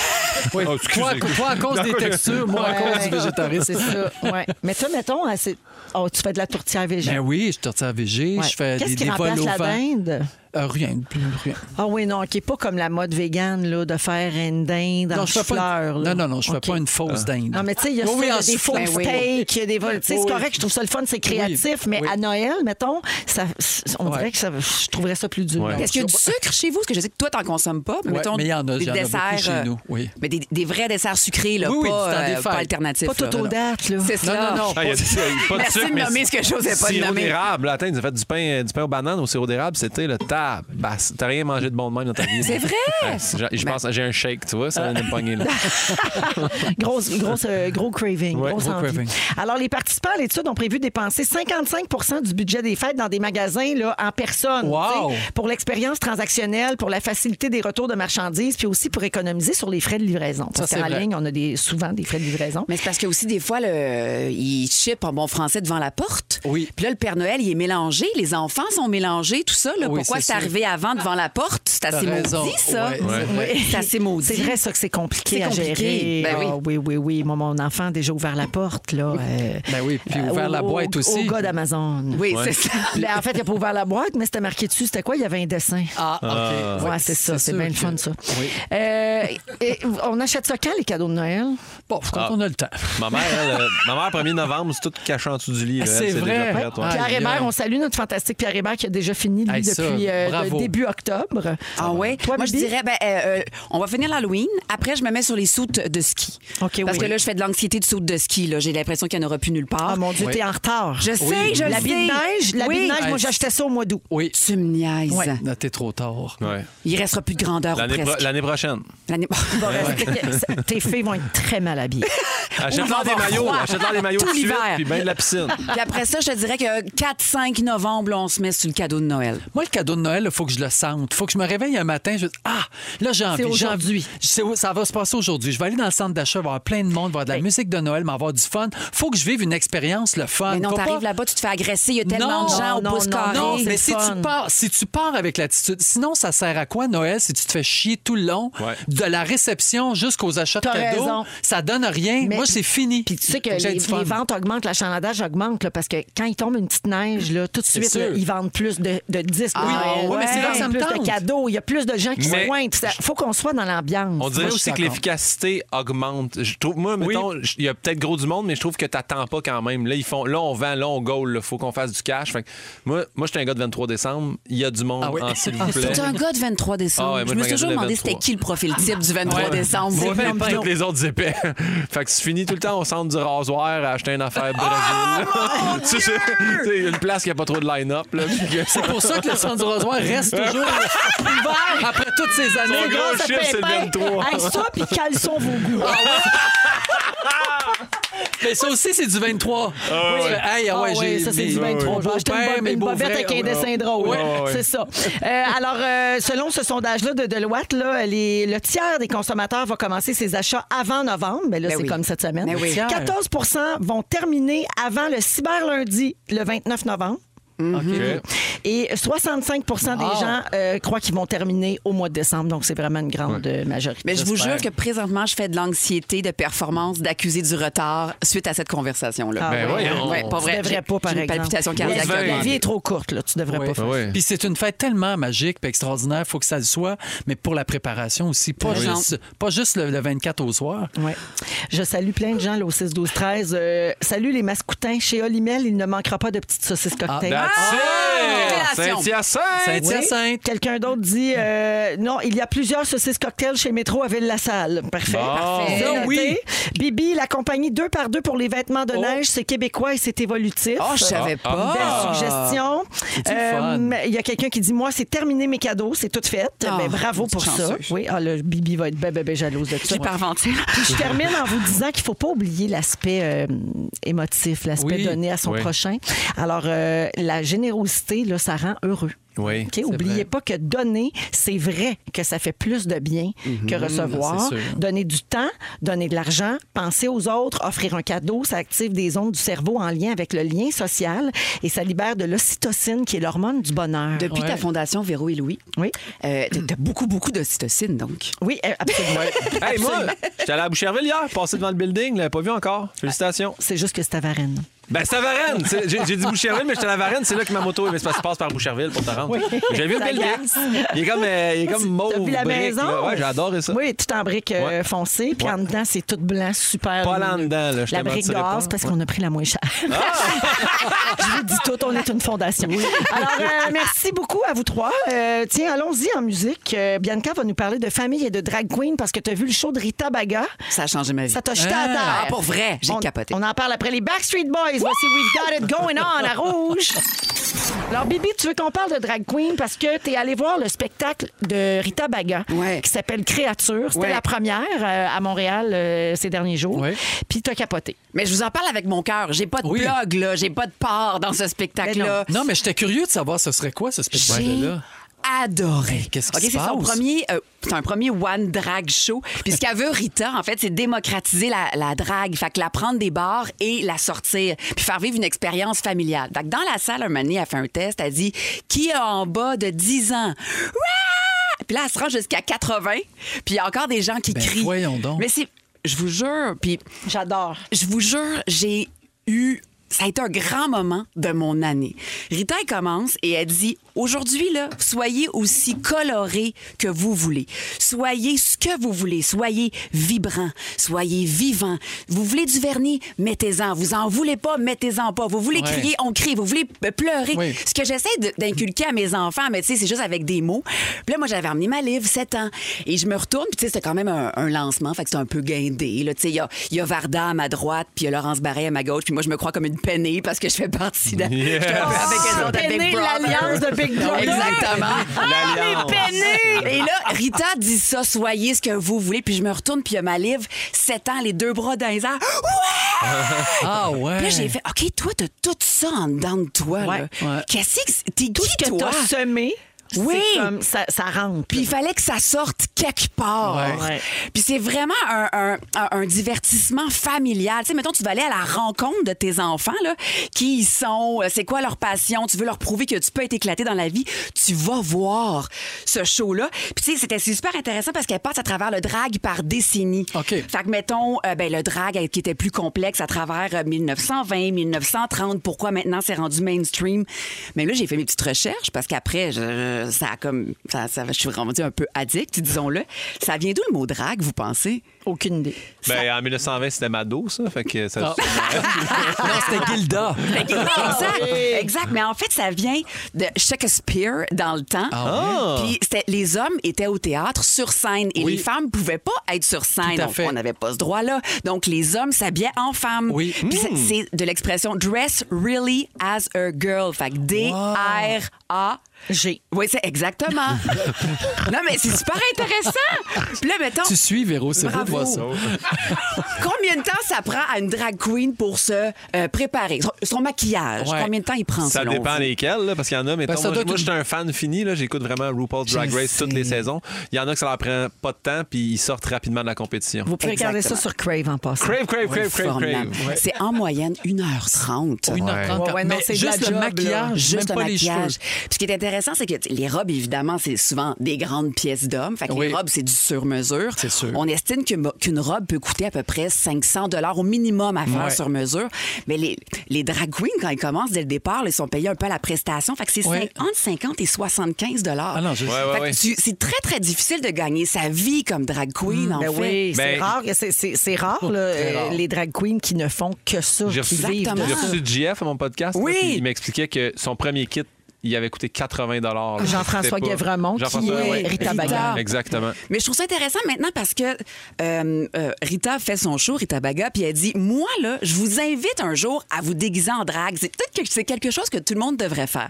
Oh, excusez. Toi, à- toi, à cause des textures, moi, à cause du végétarisme. C'est ça. Ouais. Mais ça, mettons, hein, c'est- oh, tu fais de la tourtière végé. Ben oui, je te retire à végé, Ouais. je fais Qu'est-ce des, qui des vols remplace au la vent. dinde? Euh, rien, de plus rien. Ah oui, non, qui n'est pas comme la mode végane là, de faire une dinde en non, je fais pas Ah, fleur. une... là. non, non, non, je fais OK. Ah. pas une fausse dinde. Non, mais tu sais, il y a Oui, ça, oui, il y a en des faux soufflant, Ben oui. steaks, il y a des vols. Tu sais, Oui, c'est oui. correct, je trouve ça le fun, c'est créatif, mais oui. à Noël, mettons, ça, on dirait que ça, je trouverais ça plus dur. Est-ce qu'il y a du sucre chez vous? Parce que je sais que toi, t'en consommes pas. Mais Ouais, mettons mais il y en a- il des y en a beaucoup desserts, chez euh, nous, oui. Mais des, des vrais desserts sucrés, là, Oui, oui, du temps pas, des euh, pas fêtes. alternatifs. Pas tout là. aux dates, là. C'est ça. non, non, Ah, il y a des- pas de Merci sucre, de mais nommer ce que j'osais pas de sirop nommer. euh, d'érable. Attends, ils ont fait du pain, du pain aux bananes au sirop d'érable. C'était le T'as rien mangé de bon de même dans ta vie. C'est vrai? Ben. Ouais, c'est genre- je pense j'ai un shake, tu vois, ça vient de me pogner là. Grosse, grosse, euh, gros craving. Ouais, grosse gros envie. craving. Alors, les participants à l'étude ont prévu dépenser 55 du budget des fêtes dans des magasins là, en personne. Wow! tu sais, Pour l'expérience transactionnelle, pour la facilité des retours de marchandises, puis aussi pour économiser sur les frais de livraison. Parce c'est qu'en vrai. ligne, on a des, souvent des frais de livraison. Mais c'est parce que aussi des fois, le, ils chipent en bon français devant la porte. Oui. Puis là, le Père Noël, il est mélangé. Les enfants sont mélangés, tout ça. Là. Oui, Pourquoi c'est c'est sûr. arrivé avant devant la porte? C'est assez T'as raison. maudit, ça. Ouais, ouais. Oui, C'est assez maudit. C'est vrai, ça, que c'est compliqué C'est à compliqué. gérer. Ben oui. Ah, oui, oui, oui. Moi, mon enfant a déjà ouvert la porte. Là, euh, Ben oui, puis euh, ouvert au- la boîte au- aussi. Au gars d'Amazon. Oui, c'est ça. Ben, en fait, il a pas ouvert la boîte, mais c'était marqué dessus. C'était quoi? Il y avait un dessin. Ah, OK. Ouais, c'est ça. C'est sûr bien le que- fun, ça. Oui. Euh, et on achète ça quand, les cadeaux de Noël? Bon, quand on a le temps. Ma mère, elle, euh, ma mère, 1er novembre, c'est tout caché en dessous du lit. là. Elle, C'est vrai. déjà prête. ouais. Ah, Pierre aïe, Hébert, aïe. on salue notre fantastique Pierre Hébert qui a déjà fini, lui, Hey, ça, depuis euh, bravo. le début octobre. Ah ouais? Toi, Moi, je Bibi? dirais, ben, euh, euh, on va finir l'Halloween. Après, je me mets sur les soutes de ski. OK, Parce que oui. là, je fais de l'anxiété de soutes de ski. là. J'ai l'impression qu'il n'y en aura plus nulle part. Ah, mon Dieu, t'es en retard. Je sais, je le sais. L'habit de neige, l'habit Oui. de neige, moi, Hey, j'achetais ça au mois d'août. Oui. Tu me niaises. Non, t'es trop tard. Ouais. Il restera plus de grandeur ou L'année, pro- presque. l'année prochaine. L'année- Bon, reste- Tes filles vont être très mal habillées. Achète-leur des avoir maillots. froid. Achète-leur des maillots Tout de suite, l'hiver. puis ben de la piscine. Puis après ça, je te dirais que 4-5 novembre, là, on se met sur le cadeau de Noël. Moi, le cadeau de Noël, il faut que je le sente. faut que je me réveille un matin. Je dis, ah, là, j'ai envie. j'ai envie. Je sais où- ça va se passer aujourd'hui. Je vais aller dans le centre d'achat, il va y avoir plein de monde, il va y avoir de la musique de Noël, il va y avoir du fun. faut que je vive une expérience, le fun. Mais non, Ah, Faut t'arrives pas- là-bas, tu te fais agresser, il y a tellement de gens non, au pouce non, carré. Non, c'est mais le si fun. tu, pars, si tu pars avec l'attitude, sinon ça sert à quoi Noël si tu te fais chier tout le long Ouais. de la réception jusqu'aux achats de T'as cadeaux, raison. ça donne rien. Mais- Moi c'est fini. Puis tu sais que Faut j'aie les, du fun. les ventes augmentent, l'achalandage augmente, là, parce que quand il tombe une petite neige, là, tout de suite, sûr. là, ils vendent plus de, de disques. Ah, Noël. ouais, mais c'est là que ça me plus tente. de cadeaux. Il y a plus de gens qui Mais- se pointent. Il faut qu'on soit dans l'ambiance. On dirait je suis aussi que d'accord. l'efficacité augmente. Je trouve, moi, mettons, je- il y a peut-être gros du monde, mais je trouve que t'attends pas quand même. Là, ils font, là, on vend, là, on goal, là, faut qu'on fasse du cash. Fait que moi, moi, je suis un gars de 23 décembre, il y a du monde Ah oui. en s'il vous plaît. T'es un gars de 23 décembre. Ah ouais, je me moi, je suis magasine toujours le demandé 23. c'était qui le profil type du 23 décembre. Moi, C'est même Père toutes les autres épais. fait que tu finis tout le temps au centre du rasoir à acheter une affaire Brésil. tu sais, tu sais, une place qui a pas trop de line-up. Là, puis que- C'est pour ça que le centre du rasoir reste toujours ouvert après toutes ces années. Son gros Grâce à chiffre, c'est le Pimpin. 23. Hey, ça, puis quels sont vos goûts? Mais ça aussi c'est du 23. Oui. Hey, ah ouais, Ah j'ai oui, ça, c'est mes- du 23. mes Je vais acheter beaux-pères, une, bo- mes une bobette beaux-frères. avec un dessin drôle. Ouais. C'est ça. Euh, alors, euh, selon ce sondage-là de Deloitte, là, les- le tiers des consommateurs va commencer ses achats avant novembre. Mais là, Ben c'est oui. comme cette semaine. Ben oui. 14 vont terminer avant le cyberlundi, le 29 novembre. Ok. Et 65 des Wow. gens euh, croient qu'ils vont terminer au mois de décembre. Donc, c'est vraiment une grande euh, majorité. Mais je vous jure que présentement, je fais de l'anxiété de performance, d'accuser du retard suite à cette conversation-là. Ah Ben ouais. voyons. Ouais, pas vrai. Tu devrais J'ai- pas, par j'ai une exemple. palpitation cardiaque. Oui, La vingt. vie est trop courte, là. Tu devrais Ouais. pas faire Ouais. Puis c'est une fête tellement magique et extraordinaire, il faut que ça le soit, mais pour la préparation aussi, pas Oui. juste, pas juste le, le 24 au soir. Ouais. Je salue plein de gens là, au 6 12 13. Euh, salut les mascoutins chez Olimel, il ne manquera pas de petites saucisses cocktail. That's it! révélation. Ah, Saint-Hyacinthe! Oui. Saint-Hyacinthe. Quelqu'un d'autre dit euh, non, il y a plusieurs saucisses cocktails chez Métro à Ville-la-Salle. Parfait. Parfait. Oh, C'est Eh Ah noté. oui. Bibi, la compagnie 2 par 2 pour les vêtements de neige, c'est québécois et c'est évolutif. Oh, je savais Ah, pas. Belle suggestion. Euh, du fun. Il y a quelqu'un qui dit Moi, c'est terminé mes cadeaux, c'est tout fait. Ah, Ben, bravo pour ça. chanceuse. Oui, ah, le Bibi va être ben, ben, ben jalouse de ça. J'ai parventé. Puis je termine en vous disant qu'il ne faut pas oublier l'aspect euh, émotif, l'aspect Oui. donné à son Oui. prochain. Alors, euh, la générosité, là, ça rend heureux. Oui, OK? Oubliez pas que donner, c'est vrai que ça fait plus de bien que recevoir. Mhm, c'est sûr. Donner du temps, donner de l'argent, penser aux autres, offrir un cadeau, ça active des ondes du cerveau en lien avec le lien social et ça libère de l'ocytocine qui est l'hormone du bonheur. Depuis ta fondation, Véro et Louis, Oui. euh, t'as- t'as beaucoup, beaucoup de cytocine, donc. Oui, euh, absolument. Hey, moi, j'étais allé à Boucherville hier, passé devant le building, je l'avais pas vu encore. Félicitations. C'est juste que c'est à Varennes. Ben, c'est à Varennes. C'est- J'ai j'ai dit Boucherville, mais j'étais à la Varennes. C'est là que ma moto est. Mais c'est parce que je passe par Boucherville pour te rendre. J'ai vu le Ça building. glace. Il est comme, euh, il est comme mauve. T'as vu la brique, maison? là. Ouais, j'ai adoré ça. Oui, tout en brique euh, Ouais. foncée. Puis Ouais. en dedans, c'est tout blanc, super. lumineux. Pas là dedans, là, je La te brique mentirais d'or, pas. Ah! c'est parce qu'on a pris la moins chère. Je vous dis tout, on est une fondation. Alors, euh, merci beaucoup à vous trois. Euh, tiens, allons-y en musique. Euh, Bianca va nous parler de famille et de drag queen parce que tu as vu le show de Rita Baga. Ça a changé ma vie. Hein? Ça t'a jeté à terre. Ah, pour vrai, j'ai On- capoté. On en parle après les Backstreet Boys Boys. Voici We've Got It Going On à Rouge. Alors, Bibi, tu veux qu'on parle de drag queen parce que tu es allé voir le spectacle de Rita Baga qui s'appelle Créature. C'était Ouais. la première euh, à Montréal euh, ces derniers jours. Puis t'as capoté. Mais je vous en parle avec mon cœur. J'ai pas de Oui. blog, là. J'ai pas de part dans ce spectacle-là. Non, mais j'étais curieux de savoir ce serait quoi ce spectacle-là. Adoré. Qu'est-ce qui OK, se c'est son passe? premier, euh, c'est un premier one drag show. Puis ce qu'elle veut Rita, en fait, c'est démocratiser la, la drague, fait que la prendre des bars et la sortir, puis faire vivre une expérience familiale. Fait que dans la salle, un moment donné, elle fait un test, elle dit qui a en bas de 10 ans. Ouah! Puis là, elle se rend jusqu'à 80, puis il y a encore des gens Ben, qui crient. Voyons donc. Mais c'est, je vous jure, puis j'adore. Je vous jure, j'ai eu ça a été un grand moment de mon année. Rita, elle commence et elle dit Aujourd'hui, là, soyez aussi colorés que vous voulez. Soyez ce que vous voulez. Soyez vibrant. Soyez vivant. Vous voulez du vernis Mettez-en. Vous en voulez pas Mettez-en pas. Vous voulez Ouais. crier On crie. Vous voulez euh, pleurer Oui. Ce que j'essaie de- d'inculquer à mes enfants, mais tu sais, c'est juste avec des mots. Puis là, moi, j'avais emmené ma livre, 7 ans. Et je me retourne, puis tu sais, c'était quand même un, un lancement, fait que c'était un peu guindé. là. Tu sais, il y a, il y a Varda à ma droite, puis il y a Laurence Barret à ma gauche, puis moi, je me crois comme une pennée parce que je fais partie de. Yes. J'étais un peu avec les autres, à Big Pennée, Brother. l'alliance de Big Brother. Exactement. Ah, L'alliance. les pennées! Et là, Rita dit ça, soyez ce que vous voulez, puis je me retourne, puis il y a ma livre, 7 ans, les deux bras dans les airs. Ah ouais. Puis là, j'ai fait, OK, toi, t'as tout ça en dedans de toi. là. Qu'est-ce que c'est- t'es qui, ce que toi? t'as semé, c'est Oui. comme ça, ça rentre. Puis il fallait que ça sorte quelque part. Ouais. Ouais. Puis c'est vraiment un, un- un- un divertissement familial. Tu sais, mettons, tu vas aller à la rencontre de tes enfants, là, qui ils sont, euh, c'est quoi leur passion, tu veux leur prouver que tu peux être éclaté dans la vie. Tu vas voir ce show-là. Puis tu sais, c'était c'est super intéressant parce qu'elle passe à travers le drag par décennie. Fait que, mettons, euh, ben, le drag euh, qui était plus complexe à travers euh, 1920, 1930, pourquoi maintenant c'est rendu mainstream. Mais là, j'ai fait mes petites recherches parce qu'après, je, ça a comme. Ça, ça- je suis rendue un peu addict, disons-le. Ça vient d'où le mot drag, vous pensez? Aucune idée. Ben, en 1920, c'était Mado, ça. Fait que ça. Ah. Ah. non, c'était Gilda. Ah, exact, exact. Mais en fait, ça vient de Shakespeare dans le temps. Ah ouais? Puis c'était- les hommes étaient au théâtre sur scène et Oui. les femmes pouvaient pas être sur scène. Tout à Donc, fait. on n'avait pas ce droit-là. Donc les hommes s'habillaient en femmes. Oui. Hmm. c'est de l'expression dress really as a girl. Fait que D R A G. Oui, c'est exactement. non mais c'est super intéressant. Puis là mettons Tu suis, Véro, c'est beau de voir ça. Bravo. Combien de temps ça prend à une drag queen pour se euh, préparer? Son, son maquillage, Ouais. combien de temps il prend Ça selon dépend vous? lesquels, là, parce qu'il y en a, mettons, ça doit moi, être moi, je suis un fan fini, là, j'écoute vraiment RuPaul's Drag Je Race toutes les saisons. Il y en a que ça leur prend pas de temps, puis ils sortent rapidement de la compétition. Vous pouvez regarder ça sur Crave en passant. Crave, Crave, Crave, Crave, Formidable. Crave. Ouais. C'est en moyenne 1h30. Ouais. 1h30, Ouais, ouais, non, mais c'est de juste la le job, maquillage, là. Juste même le pas les maquillage. cheveux. Puis ce qui est intéressant, c'est que t- les robes, évidemment, c'est souvent des grandes pièces d'hommes. Fait que Oui. les robes, c'est du sur-mesure. On estime que mo- qu'une robe peut coûter à peu près 500 au minimum à faire Ouais. sur mesure. Mais les, les drag queens, quand ils commencent dès le départ, là, ils sont payés un peu à la prestation. Fait que c'est Ouais. 50, 50 et 75 Ah non, je- Ouais, ouais, Fait que ouais. tu- C'est très, très difficile de gagner sa vie comme drag queen, en Ben fait. oui, c'est rare, c'est- c'est c'est rare, là, Oh, Très rare. euh, les drag queens qui ne font que ça, J'ai qui reçu, vivent de j'ai ça. reçu JF à mon podcast. là, Oui. puis il m'expliquait que son premier kit, il avait coûté 80 là, Jean-François c'était pas- Guévremont, qui Jean-François, est ouais. Rita Baga. Exactement. Mais je trouve ça intéressant maintenant parce que euh, euh, Rita fait son show, Rita Baga, puis elle dit Moi, là, je vous invite un jour à vous déguiser en drague. C'est peut-être que c'est quelque chose que tout le monde devrait faire.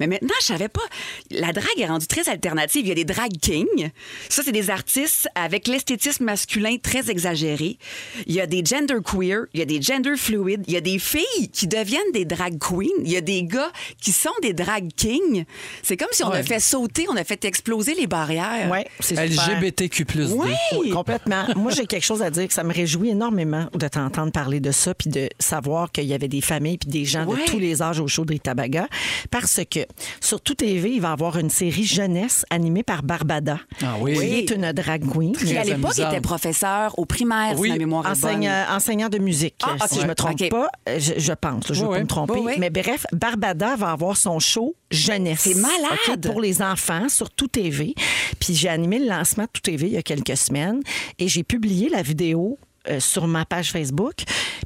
Mais maintenant, je savais pas. La drague est rendue très alternative. Il y a des drag kings. Ça, c'est des artistes avec l'esthétisme masculin très exagéré. Il y a des gender queer, il y a des gender fluid, il y a des filles qui deviennent des drag queens, il y a des gars qui sont des drag kings. C'est comme si on a fait sauter, on a fait exploser les barrières. Ouais, c'est super. LGBTQ+. Oui, complètement. Moi, j'ai quelque chose à dire que ça me réjouit énormément de t'entendre parler de ça, puis de savoir qu'il y avait des familles puis des gens Ouais. de tous les âges au show de Rita Baga, parce que sur Tout TV, il va y avoir une série jeunesse animée par Barbada, Ah oui. qui Oui. est une drag queen. Qui, à l'époque, était professeur au primaire, si Oui, ma mémoire est bonne. enseigne- euh, enseignant de musique, Ah, euh, si ok. je me trompe Ok. pas. Euh, Je, je pense, là, je Oui, ne veux pas oui. me tromper. Oui, oui. Mais bref, Barbada va avoir son show jeunesse. C'est malade! ok, pour les enfants sur Tout TV. Puis j'ai animé le lancement de Tout TV il y a quelques semaines et j'ai publié la vidéo euh, sur ma page Facebook.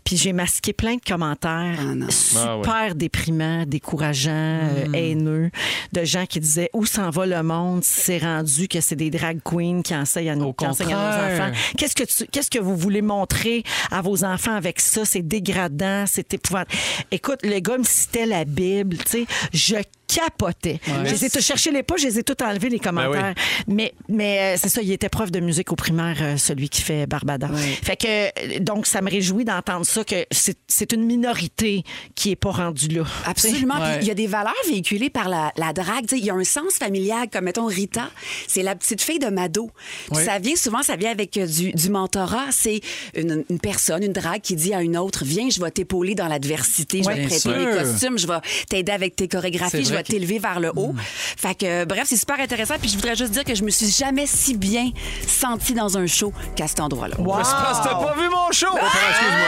Puis j'ai masqué plein de commentaires Ah, super déprimants, décourageants, euh, Hmm. haineux, de gens qui disaient Où s'en va le monde si c'est rendu que c'est des drag queens qui enseignent à nos, qui enseignent à nos contraire. enfants? Qu'est-ce que, tu- qu'est-ce que vous voulez montrer à vos enfants avec ça? C'est dégradant, c'est épouvantable. Écoute, le gars me citait la Bible, tu sais. Je capotais. Je les ai tous- cherchez les pas, je les ai tous enlevés, les commentaires. Mais, mais euh, c'est ça, il était prof de musique au primaire, euh, celui qui fait Barbada. Fait que, euh, donc, ça me réjouit d'entendre ça, que c'est c'est une minorité qui n'est pas rendue là. Absolument. Ouais. Puis Il y a des valeurs véhiculées par la, la drague. Tu sais, Il y a un sens familial, comme mettons Rita, c'est la petite fille de Mado. Puis Ouais. Ça vient souvent, ça vient avec euh, du, du mentorat. C'est une, une personne, une drague qui dit à une autre, viens, je vais t'épauler dans l'adversité, je vais Ouais, te prêter bien les sûr. costumes, je vais t'aider avec tes C'est chorégraphies, vrai je vais que- Mm. t'élever vers le haut. Fait que, euh, bref, c'est super intéressant. Puis je voudrais juste dire que je me suis jamais si bien sentie dans un show qu'à cet endroit-là. T'as pas vu mon show! excuse-moi,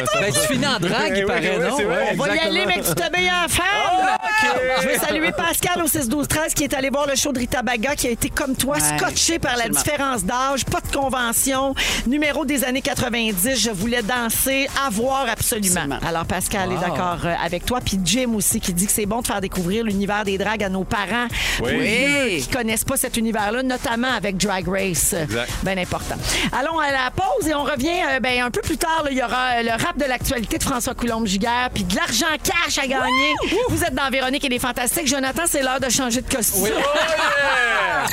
excuse-moi. ça Ben, tu finis en drague, il paraît, non? On va y aller, mec, tu t'habilles en femme! Je veux saluer Pascal au 6-12-13 qui est allé voir le show de Rita Baga qui a été, comme toi, Ouais, scotché par la absolument. différence d'âge, pas de convention, numéro des années 90, je voulais danser, avoir absolument. Absolument. Alors, Pascal est d'accord euh, avec toi. Puis Jim aussi qui dit que c'est bon de faire découvrir l'univers des dragues à nos parents plus vieux, qui connaissent pas cet univers-là, notamment avec Drag Race. Exact. Bien important. Allons à la pause et on revient euh, ben, un peu plus tard. là, Il y aura euh, le rap de l'actualité de François Coulombe-Giguère puis de l'argent cash à gagner. Vous êtes dans Véronique et les Fantastiques. Jonathan, c'est l'heure de changer de costume. oh,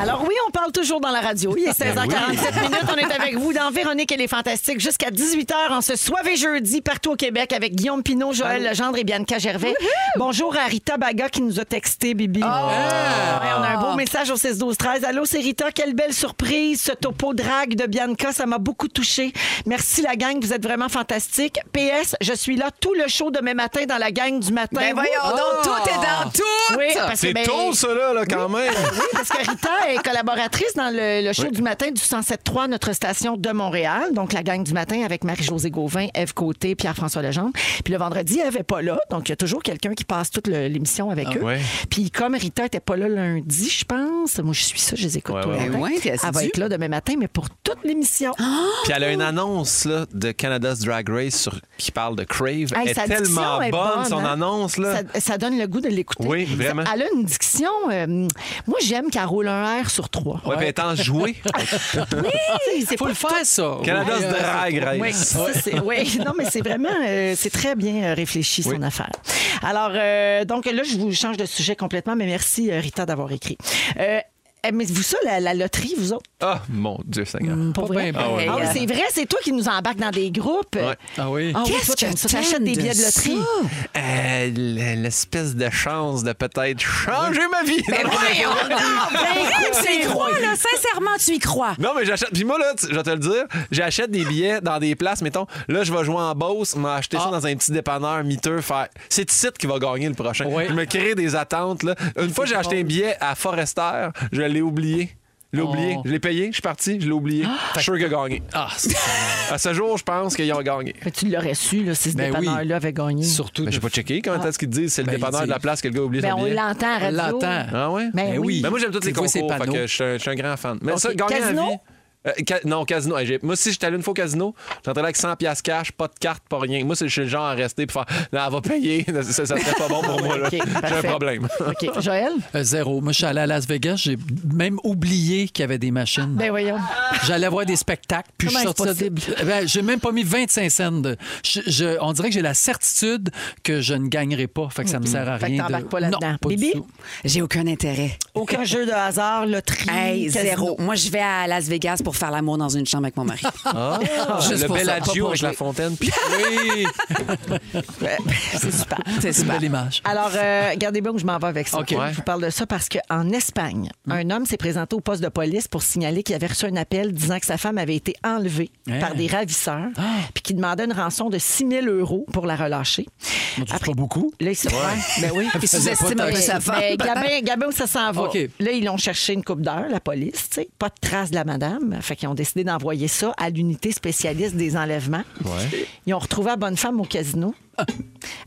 Alors oui, on parle toujours dans la radio. Ben Il est 16h47 minutes. On est avec vous dans Véronique et les Fantastiques jusqu'à 18h en ce soirée jeudi partout au Québec avec Guillaume Pinot, Joël Legendre et Bianca Gervais. Bonjour à Rita Baga qui nous a texté, Bibi. Ah! Ouais, on a un beau message au 6-12-13. Allô, c'est Rita. Quelle belle surprise, ce topo drague de Bianca. Ça m'a beaucoup touchée. Merci la gang, vous êtes vraiment fantastique. PS, je suis là tout le show demain matin dans la gang du matin. Ben voyons Wouh! donc, tout est Oh! dans tout! Oui, parce que, C'est ben, tôt, ça, là, là, quand même. oui, parce que Rita est collaboratrice dans le, le show du matin du 107.3, notre station de Montréal. Donc, la gang du matin avec Marie-Josée Gauvin, Ève Côté, Pierre-François Legendre. Puis le vendredi, Ève n'est pas là. Donc, il y a toujours quelqu'un qui passe toute le- l'émission avec eux. Ah, ouais. Puis comme Rita n'était pas là lundi, je pense, moi, je suis ça, je les écoute Ouais, tous les ouais, matins. ouais. Ouais, t'es assidue. Elle va être là demain matin, mais pour toute l'émission. Puis elle a une annonce là, de Canada's Drag Race sur- qui parle de Crave. Hey, elle sa diction est tellement est bonne, son hein? annonce. Là. Ça, ça donne le goût de l'écouter. Oui, Ça- vraiment. Elle a une diction. euh, moi, j'aime qu'elle roule un R sur trois. Ouais, puis elle est enjouée. Oui, c'est Faut pas le faire, ça. Canada's Ouais, euh, Drag Race. Oui, ça, c'est- oui. non, mais c'est vraiment, euh, c'est très bien euh, réfléchi son affaire. Alors, euh, donc là, je vous change de sujet complètement, mais merci euh, Rita d'avoir écrit. Euh, Aimez-vous ça, la, la loterie, vous autres? Ah, mon Dieu Seigneur. Pas ben, vrai? ben. Ah oui, Ah ouais. c'est vrai, c'est toi qui nous embarques dans des groupes. Ouais. Ah oui. Ah oui, Qu'est-ce toi, t'aimes que ça? T'achètes des t'aimes billets de de loterie? Euh, L'espèce de chance de peut-être changer ma vie. Ben, écoute, tu y crois, là. Sincèrement, tu y crois. Non, mais j'achète. Puis moi, là, tu- je vais te le dire, j'achète des billets dans des places. Mettons, là, je vais jouer en Beauce, m'a acheté Ah. ça dans un petit dépanneur miteux. Faire... C'est ici qui va gagner le prochain. Ouais. Je me crée des attentes. Là. Une fois, j'ai acheté un billet à Forester, je l'ai oublié. Je l'ai oublié. Je l'ai payé, je suis parti, je l'ai oublié. Je suis sûr qu'il a gagné. Oh. Ah, c'est- À ce jour, je pense qu'ils ont gagné. Mais tu l'aurais su là, si ce Ben oui. dépanneur-là avait gagné. surtout. Ben, j'ai de- pas checké quand est-ce qu'ils disent c'est le Ben, dépanneur ils de la disent. place que le gars a oublié Ben, son on billet. l'entend à On radio. l'entend. Ah ouais? Ben Ben oui. oui. Mais moi, j'aime tous Tu les vois ces concours. Fait panneaux. que je suis un, je suis un grand fan. Mais Ok. ça, gagner Casino? la vie. Euh, ca- non, casino. Hey, j'ai- moi, si j'étais allé une fois au casino, j'entrais là avec 100 piastres cash, pas de carte, pas rien. Moi, c'est- je suis le genre à rester pour faire « Non, elle va payer. » Ça, ça serait pas bon pour moi. là. Ok, J'ai un parfait. problème. OK. Joël? Euh, Zéro. Moi, je suis allé à Las Vegas, j'ai même oublié qu'il y avait des machines. Ben voyons. J'allais voir des spectacles, puis je suis Comment sorti est-ce de- Ben, j'ai même pas mis 25 cents. De... je- je- on dirait que j'ai la certitude que je ne gagnerai pas. Fait que ça me sert à Mm-hmm. Fait que rien. t'embarques de... pas Non, là-dedans. pas du Bibi? tout. J'ai aucun intérêt. Aucun jeu de hasard, loterie, Hey, casino. zéro. Moi, je vais à Las Vegas pour faire l'amour dans une chambre avec mon mari. le pour ça, pas Bellagio pour avec jouer. la fontaine. Oui, C'est super. C'est c'est une super. belle image. Alors, euh, gardez bien où je m'en vais avec ça. OK. Mm. Je vous parle de ça parce qu'en Espagne, un homme s'est présenté au poste de police pour signaler qu'il avait reçu un appel disant que sa femme avait été enlevée Hein? Ah! par des ravisseurs puis qu'il demandait une rançon de 6 000 euros pour la relâcher. C'est pas beaucoup. Là, ils se ouais. ben oui. Il sous-estime un peu Mais- sa mais Gabin, Gabin, ça s'en va. Ah, OK. Là, ils l'ont cherché une coupe d'heure, la police, tu sais. Pas de trace de la madame. Fait qu'ils ont décidé d'envoyer ça à l'unité spécialiste des enlèvements. Ils ont retrouvé la bonne femme au casino.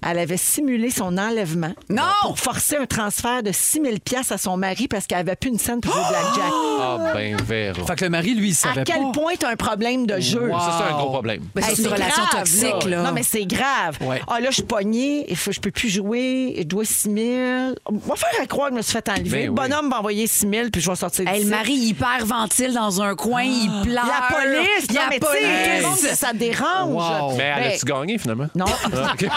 Elle avait simulé son enlèvement Non! pour forcer un transfert de 6 000 à son mari parce qu'elle avait plus une scène pour jouer au blackjack. Ah, ben, Véro. Fait que le mari, lui, il À savait quel pas. point t'as un problème de jeu? Ça, c'est un gros problème. Ben, Hey, c'est une relation grave, toxique, là. Non, mais c'est grave. Ouais. Ah, là, je suis pognée, il faut- je peux plus jouer, je dois 6 000. On va faire à croire que je me suis fait enlever. Ben Le oui. bonhomme m'a envoyé 6 000, puis je vais sortir Hey, d'ici. le mari hyperventile dans un coin, il pleure. Ah. La police, la non, mais tu sais, tout le monde, police. ça, ça dérange. Wow. Mais elle Ben, a-tu gagné, finalement? Non.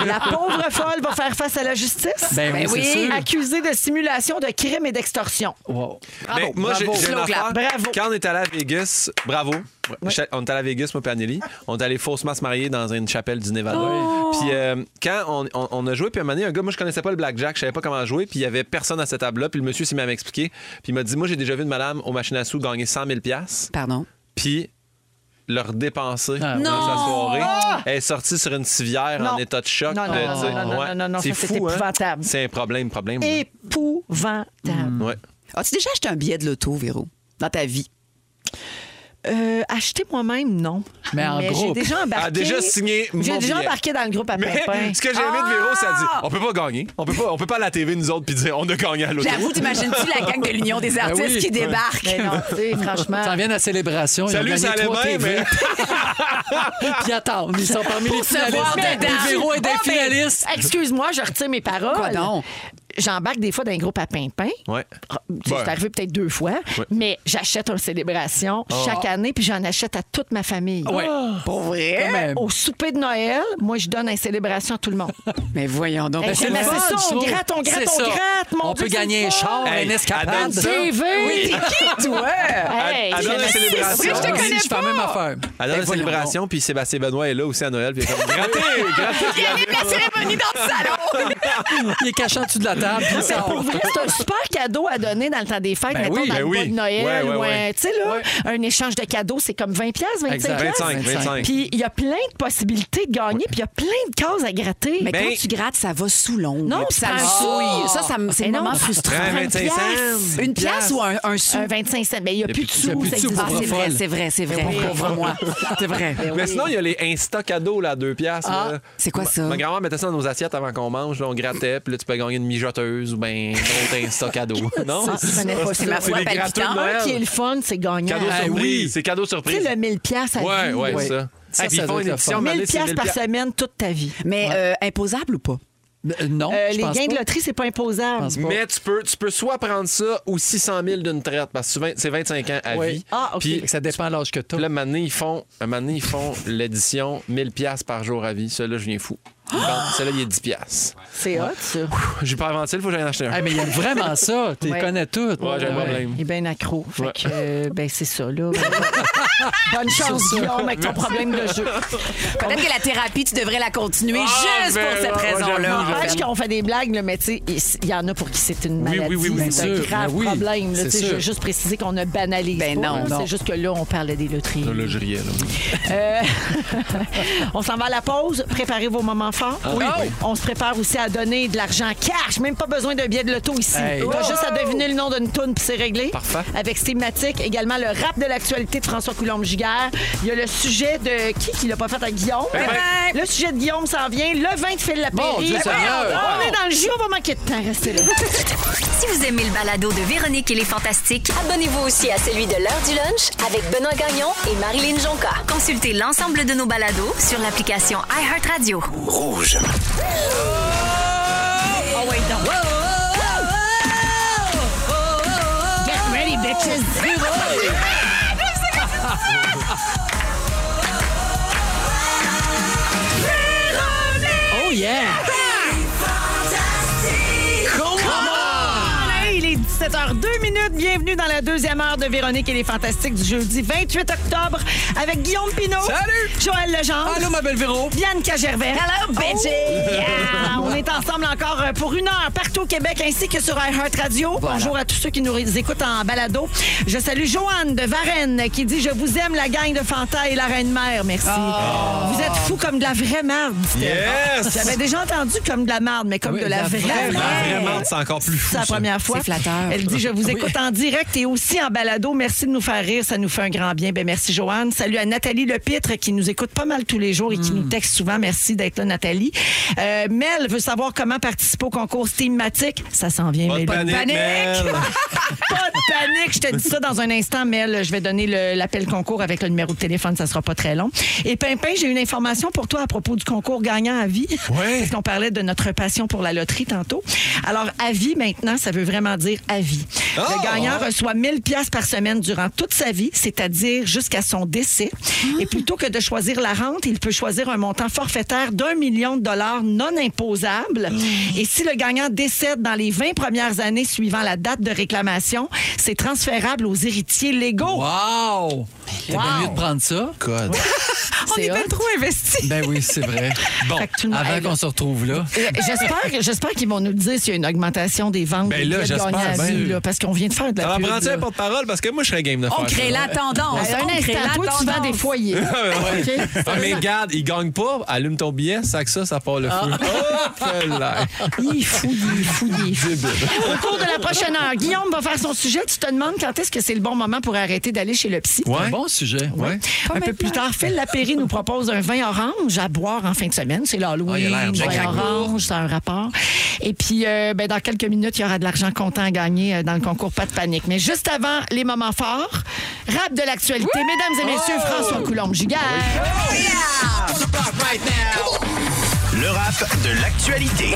la pauvre folle va faire face à la justice. Ben oui, c'est sûr. Accusée de simulation de crime et d'extorsion. Wow. Mais moi, j'ai j'ai une Slow clap. affaire. Bravo. Quand on est allé à Vegas, bravo. Je- On est allé à Vegas, moi et Anneli. On est allé faussement se marier dans une chapelle du Nevada. Puis euh, quand on, on- on a joué, puis à un moment donné, un gars, moi, je connaissais pas le blackjack, je savais pas comment jouer, puis il y avait personne à cette table-là. Puis le monsieur s'est même expliqué. Puis il m'a dit Moi, j'ai déjà vu une madame aux machines à sous gagner 100 000 Pardon. puis leur dépenser Ah, dans Non. sa soirée. Elle est sortie sur une civière en Non. état de choc. Non, non, de- non, tu sais, non, non, ouais. non, non, non, c'est ça, c'est fou, hein? épouvantable. C'est un problème, problème. Épouvantable. Ouais. As-tu déjà acheté un billet de l'auto, Véro, dans ta vie? Euh, acheter moi-même, non. Mais en J'ai groupe. déjà embarqué. Ah, déjà signé mon J'ai déjà billet. embarqué dans le groupe à Mais Pimpin. ce que j'ai aimé de Véro, ça dit on peut pas gagner. On peut pas, on peut pas à la TV, nous autres, puis dire on a gagné à l'autre. J'avoue, t'imagines-tu la gang de l'Union des artistes oui. qui débarque? Mais non, tu sais, franchement. T'en viens à la célébration. ils ont Salut, gagné ça allait trois bien, TV. mais. Puis attends, ils sont parmi les Pour se voir finalistes. dedans. Le Véro est des Ah, ben, finalistes. Excuse-moi, je retire mes paroles. Quoi donc? J'embarque des fois dans un groupe à Pimpin. Ouais. Ah, tu sais, Ouais. C'est arrivé peut-être deux fois, mais j'achète une célébration chaque année, puis j'en achète à toute ma famille. Ah. Ah, Ouais. Pour vrai? Eh, Quand même. Au souper de Noël, moi, je donne une célébration à tout le monde. Mais voyons donc. Ben, parce que c'est le mais fun, ça, on je trouve. gratte, on gratte, C'est on ça. gratte, mon On Dieu, peut c'est gagner le un fun. char, Hey, une elle escapade. donne ça. TV! toi? Hey, à- à je donner me- la célébration. C'est vrai, je te Moi aussi, connais Je fais la même affaire. Elle Ben, a une voyons donc. célébration, puis Sébastien Benoît est là aussi à Noël, puis il est comme grattez, grattez. Il y avait de la cérémonie dans le salon! Il est caché en dessous de la table. puis il Mais sort. pour vrai, c'est un super cadeau à donner dans le temps des fêtes, Ben mettons oui, dans ben le mois oui. de Noël Ouais, ouais, ou un, ouais. tu sais, là, un échange de cadeaux, c'est comme 20 pièces, 25 Exact. pièces. 25, 25. Puis il y a plein de possibilités de gagner, puis il y a plein de cases à gratter. Mais Ben- quand tu grattes, ça va sous l'ongle. Non, puis ça tu me prends un souille. sou. Ça, ça me- c'est Mais le moment non. frustrant. Prends 25 cents. Une pièce ou un, un sou? un 25 cents, mais il n'y a plus de il y a sous, plus de ça sous existe pour Ah, pas. c'est Pauvre vrai, folle. c'est vrai, c'est vrai. Pauvre moi. C'est vrai. Mais sinon, il y a les Insta cadeaux, là, à deux piastres. Ah, là. c'est quoi ça? Ma ma grand-mère mettait ça dans nos assiettes avant qu'on mange, là, on grattait, puis là, tu peux gagner une mijoteuse ou ben d'autres Insta cadeaux. Non? Ça, Ah, je connais pas ça. C'est ma foi des gratteux de palpitante. Noël. Un qui est le fun, c'est gagnant. Cadeau Ah, surprise. oui. C'est cadeau Tu sais, surprise. le 1000 pièces à Ouais, vie. ouais, Ouais. ça. Ça, Hey, puis ça ils font doit une être le fun. édition. 1000 Mané, c'est pièces par 1000 semaine toute ta vie. Mais euh, imposable ou pas? Euh, Non, Euh, je les gains pense de pas. loterie, c'est pas imposable. pense pas. Mais tu peux, tu peux soit prendre ça ou 600 000 d'une traite, parce que souvent, c'est 25 ans à Oui. vie. Ah, OK. Puis, Fait que Ça dépend de l'âge que t'as. là, maintenant, ils font, un moment donné, ils font l'édition 1000 pièces par jour à vie. Celui-là, je viens fou. Ils vendent- Celui-là, il est 10 pièces. C'est hot, ça. J'ai pas inventé, il faut que j'aille en acheter un. Hey, mais il y a vraiment ça. Tu les Ouais. connais toutes. Ouais, j'ai un problème. Il est bien accro. Fait Ouais. que, euh, ben, c'est ça, là. Bonne chance, Guillaume, avec ton problème de jeu. Ah, Peut-être que la thérapie, tu devrais la continuer juste pour cette raison-là. en N'empêche fait. qu'on fait des blagues, là, mais tu sais, il- il y en a pour qui c'est une Oui, maladie. oui, oui, Ben oui, c'est bien un sûr, grave mais oui, problème. là, c'est tu sais, sûr. je veux juste préciser qu'on ne banalise Ben pas, non, là, non. C'est juste que là, on parlait des loteries. Là, je riais, là. Euh, on s'en va à la pause. Préparez vos moments forts. Ah. Oui. On se prépare aussi à donner de l'argent cash. Même pas besoin d'un billet de loto ici. Hey. Oh. T'as juste à deviner le nom d'une toune puis c'est réglé. Parfait. Avec Stigmatique, également le rap de l'actualité de François Coulombe-Giguère. Il y a le sujet de qui qui l'a pas fait à Guillaume. ben. Le sujet de Guillaume s'en vient. Le vin de Phil Eh Lapéry. Mon Dieu Ben, Seigneur. On est dans le jus, on va manquer de temps. Restez là. Si vous aimez le balado de Véronique et les Fantastiques, Abonnez-vous aussi à celui de l'heure du lunch avec Benoît Gagnon et Marilyn Jonca. consultez l'ensemble de nos balados sur l'application iHeartRadio. Rouge. Get Ben, ready, bitches. Oh yeah! Hey, Il est 17h02 minutes. Bienvenue dans la deuxième heure de Véronique et les Fantastiques du jeudi 28 octobre avec Guillaume Pinot. Salut! Joël Legendre. Allô, ma belle Véro! Diane Cagervais. Oh! Hello, bitches! Yeah! On est ensemble encore euh, pour une heure partout au Québec ainsi que sur iHeartRadio. Bonjour à tous ceux qui nous écoutent en balado. Je salue Joanne de Varennes qui dit Je vous aime, la gang de Fanta et la reine mère. Merci. Vous êtes fous comme de la vraie merde, dit-elle. Yes! J'avais déjà entendu comme de la merde, mais comme Oui, de la, la vraie, vraie merde. Vraiment, c'est encore plus fou. C'est la ça. première fois. C'est flatteur. Elle dit Je vous écoute en en direct et aussi en balado. Merci de nous faire rire, ça nous fait un grand bien. Ben, merci, Joanne. Salut à Nathalie Lepitre qui nous écoute pas mal tous les jours et Hmm. qui nous texte souvent. Merci d'être là, Nathalie. Euh, Mel veut savoir comment participer au concours thématique. Ça s'en vient, Pas de Mel. panique, Mel. pas de panique. Je te dis ça dans un instant, Mel. Je vais donner le- l'appel concours avec le numéro de téléphone. Ça sera pas très long. Et Pimpin, j'ai une information pour toi à propos du concours gagnant à vie. Parce qu'on parlait de notre passion pour la loterie tantôt. Alors, à vie, maintenant, ça veut vraiment dire à vie. Oh! Le gagnant reçoit 1000 pièces par semaine durant toute sa vie, c'est-à-dire jusqu'à son décès. Et plutôt que de choisir la rente, il peut choisir un montant forfaitaire d'un million de dollars non imposable. Et si le gagnant décède dans les 20 premières années suivant la date de réclamation, c'est transférable aux héritiers légaux. Wow! T'es bien mieux de prendre ça. God. On est bien trop investis. Ben oui, c'est vrai. Bon, Fait que tout le monde- avant Hey, là. qu'on se retrouve là. Euh, J'espère, j'espère qu'ils vont nous le dire s'il y a une augmentation des ventes. Ben des là, billets de j'espère gagnants à bien. vue, là, parce qu'on vient de faire de la Ça en pub, prend-tu là. un porte-parole? Parce que moi, je serais game de faire On crée ça. la tendance. Ben, un on crée instant, la toi, tu vends tendance. des foyers. Ouais, ouais. OK? Ah, mais regarde, il gagne pas, allume ton billet, sac ça, ça part le feu. Oh, Hop là. Ah. Il est fou, il est fou, il est fou. Au cours de la prochaine heure, Guillaume va faire son sujet. Tu te demandes quand est-ce que c'est le bon moment pour arrêter d'aller chez le psy. C'est un bon sujet. Ouais. Un peu plus tard, Phil Lapéry nous propose un vin orange à boire en fin de semaine. Ah, C'est il l'Halloween, a l'air bien vin craquant. orange, c'est un rapport. Et puis, euh, ben, dans quelques minutes, il y aura de l'argent comptant à gagner euh, dans le concours Pas de panique. Mais juste avant les moments forts, rap de l'actualité. Mesdames et messieurs, François Coulombe-Giguère. Le rap de l'actualité.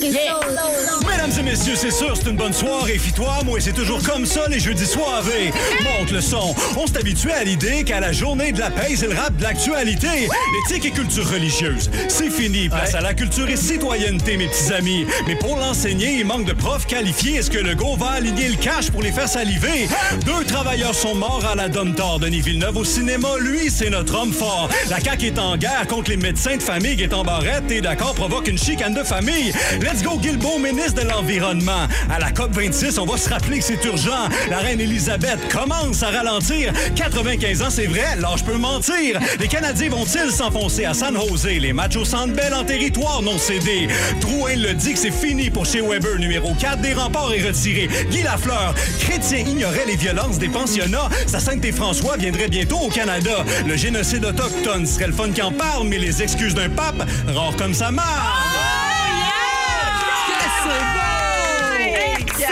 Mesdames et messieurs, c'est sûr, c'est une bonne soirée. Fis-toi, moi, c'est toujours comme ça les jeudis soirées. Monte le son. On s'est habitué à l'idée qu'à la journée de la paix, c'est le rap de l'actualité. L'éthique et culture religieuse, c'est fini. Place à la culture et citoyenneté, mes petits amis. Mais pour l'enseigner, il manque de profs qualifiés. Est-ce que le go va aligner le cash pour les faire saliver? Deux travailleurs sont morts à la Domtor. Denis Villeneuve au cinéma, lui, c'est notre homme fort. La CAQ est en guerre contre les médecins de famille qui est en barrette et d'accord provoque une chicane de famille. Let's go, Guilbeault, ministre de l'Environnement. À la COP26, on va se rappeler que c'est urgent. La reine Elisabeth commence à ralentir. 95 ans, c'est vrai, là, je peux mentir. Les Canadiens vont-ils s'enfoncer à San Jose? Les matchs au Centre Bell en territoire non cédé. Drouin le dit que c'est fini pour chez Weber, numéro 4 des remparts est retiré. Guy Lafleur, chrétien ignorait les violences des pensionnats. Sa sainteté François viendrait bientôt au Canada. Le génocide autochtone serait le fun qui en parle, mais les excuses d'un pape, rare comme ça marche.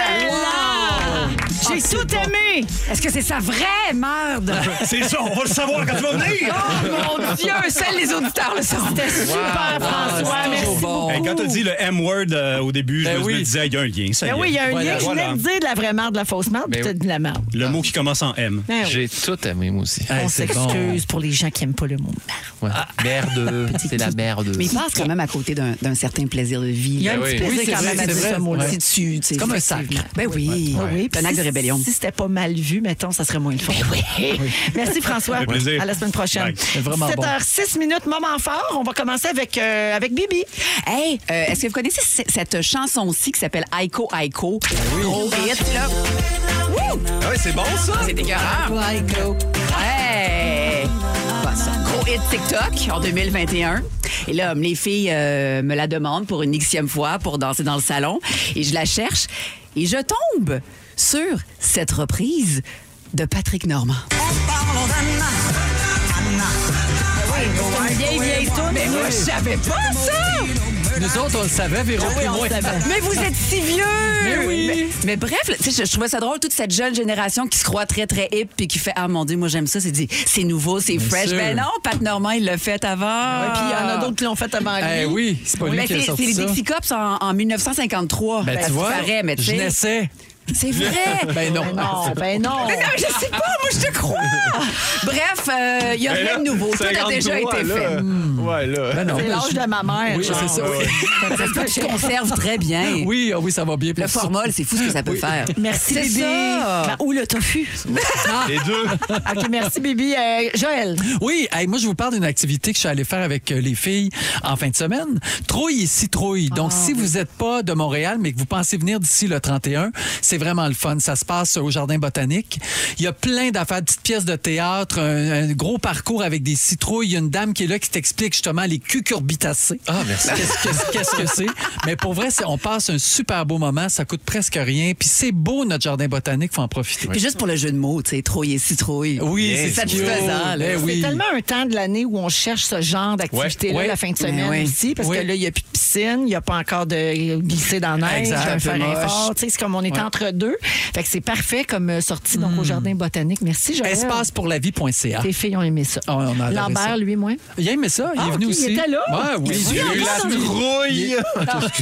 Excellent! J'ai tout aimé! Est-ce que c'est sa vraie merde? C'est ça, on va le savoir quand tu vas venir. Ah, Oh mon Dieu, seuls les auditeurs le savent. C'était super, François. Merci beaucoup. Hey, Eh, quand t'as dit le M-word euh, au début, Ben je me- je me disais, il y a un lien. Ça Ben y est. oui, il y a un Voilà. lien. Je Voilà. voulais te dire de la vraie merde, de la fausse merde, Ben puis t'as oui. de la merde. Le mot qui commence en M. Ben oui. J'ai tout aimé, moi aussi. Ah. On s'excuse pour les gens qui n'aiment pas le mot merde. Ouais. Merde, c'est la merde. Mais il passe quand même à côté d'un d'un certain plaisir de vie. Il y a là. un petit plaisir Ben c'est quand même vrai, à c'est dire vrai. ce mot-là. Ouais. C'est C'est comme un sac. Ben oui. Ah oui, C'est un acte de si- rébellion. Ben Si c'était pas mal vu, mettons, ça serait moins le fun. Merci François. Un plaisir. À la semaine prochaine. Bye. C'est vraiment bon. 7h06 minutes, moment fort. On va commencer avec, euh, avec Bibi. Hey, euh, est-ce que vous connaissez c- cette chanson-ci qui s'appelle Aiko Aiko? Oui. Gros hit, là. Ah ouais, c'est bon, ça? C'est écœurant. Hey! Bon, ça, Gros hit TikTok en 2021. Et là, les filles euh, me la demandent pour une xième fois pour danser dans le salon. Et je la cherche. Et je tombe sur cette reprise de Patrick Normand. une vieille, vieille toune. Mais moi, je savais pas ça! Nous autres, on le savait, Véro, puis moi. Ah. Mais vous êtes si vieux! Mais oui. Mais, mais bref, là, tu sais, je, je trouvais ça drôle, toute cette jeune génération qui se croit très, très hip puis qui fait Ah mon Dieu, moi j'aime ça, c'est dit, c'est nouveau, c'est Bien fresh. sûr. Ah Mais non, Pat Normand, il l'a fait avant. Ouais, puis il y en a d'autres qui l'ont fait avant lui. Eh oui, c'est pas lui Mais qui a c'est- sorti C'est les ça. Dixie Cops en, en 1953. Ben, Ça tu vois, paraît, mais tu je sais. naissais. C'est vrai! Ben non. Mais Mais ben non! non, mais je sais pas, moi je te crois! Bref, euh, il y a Ben rien là, de nouveau. Tout a déjà 53, été là. fait. Hmm. Ah, Ouais, là. Ben non. C'est l'âge de ma mère. Oui, genre. c'est ça. oui. Ça se peut que je conserve très bien. Oui, ah oui, ça va bien. Le formol, c'est fou ce que ça peut faire. Merci, C'est Bibi. ça. Ben, ou le tofu. Ah. Les deux. OK, merci, Bibi. Euh, Joël. Oui, hey, moi je vous parle d'une activité que je suis allé faire avec euh, les filles en fin de semaine. Trouille et citrouille. Donc si vous n'êtes pas de Montréal mais que vous pensez venir d'ici le 31, c'est vraiment le fun. Ça se passe euh, au Jardin botanique. Il y a plein d'affaires, de petites pièces de théâtre, un, un gros parcours avec des citrouilles. Il y a une dame qui est là qui t'explique justement les cucurbitacées. Ah, merci. Qu'est-ce qu'est-ce- qu'est-ce que c'est? Mais pour vrai, c'est- on passe un super beau moment. Ça coûte presque rien. Puis c'est beau, notre Jardin botanique. faut en profiter. Puis juste pour le jeu de mots, tu sais, trouille et citrouille. Oui, Yes. c'est C'est satisfaisant, là. Eh C'est oui. tellement un temps de l'année où on cherche ce genre d'activité-là Ouais. la fin de Ouais. semaine Ouais. aussi, parce Ouais. que là, il n'y a plus de piscine, il n'y a pas encore de glisser dans la neige, Exact. un Un peu faire moche. fort. Tu sais, C'est comme on est Ouais. Hmm. entre deux. Fait que c'est parfait comme euh, sortie donc, au jardin botanique. Merci, Joël. Espacepourlavie.ca. Tes filles ont aimé ça. Ah. on a adoré Lambert, ça. lui, moins. Il a aimé ça, il Ah, est venu ok, il aussi. était là? Ouais, oui. Mais oui, Il a eu la encore. trouille.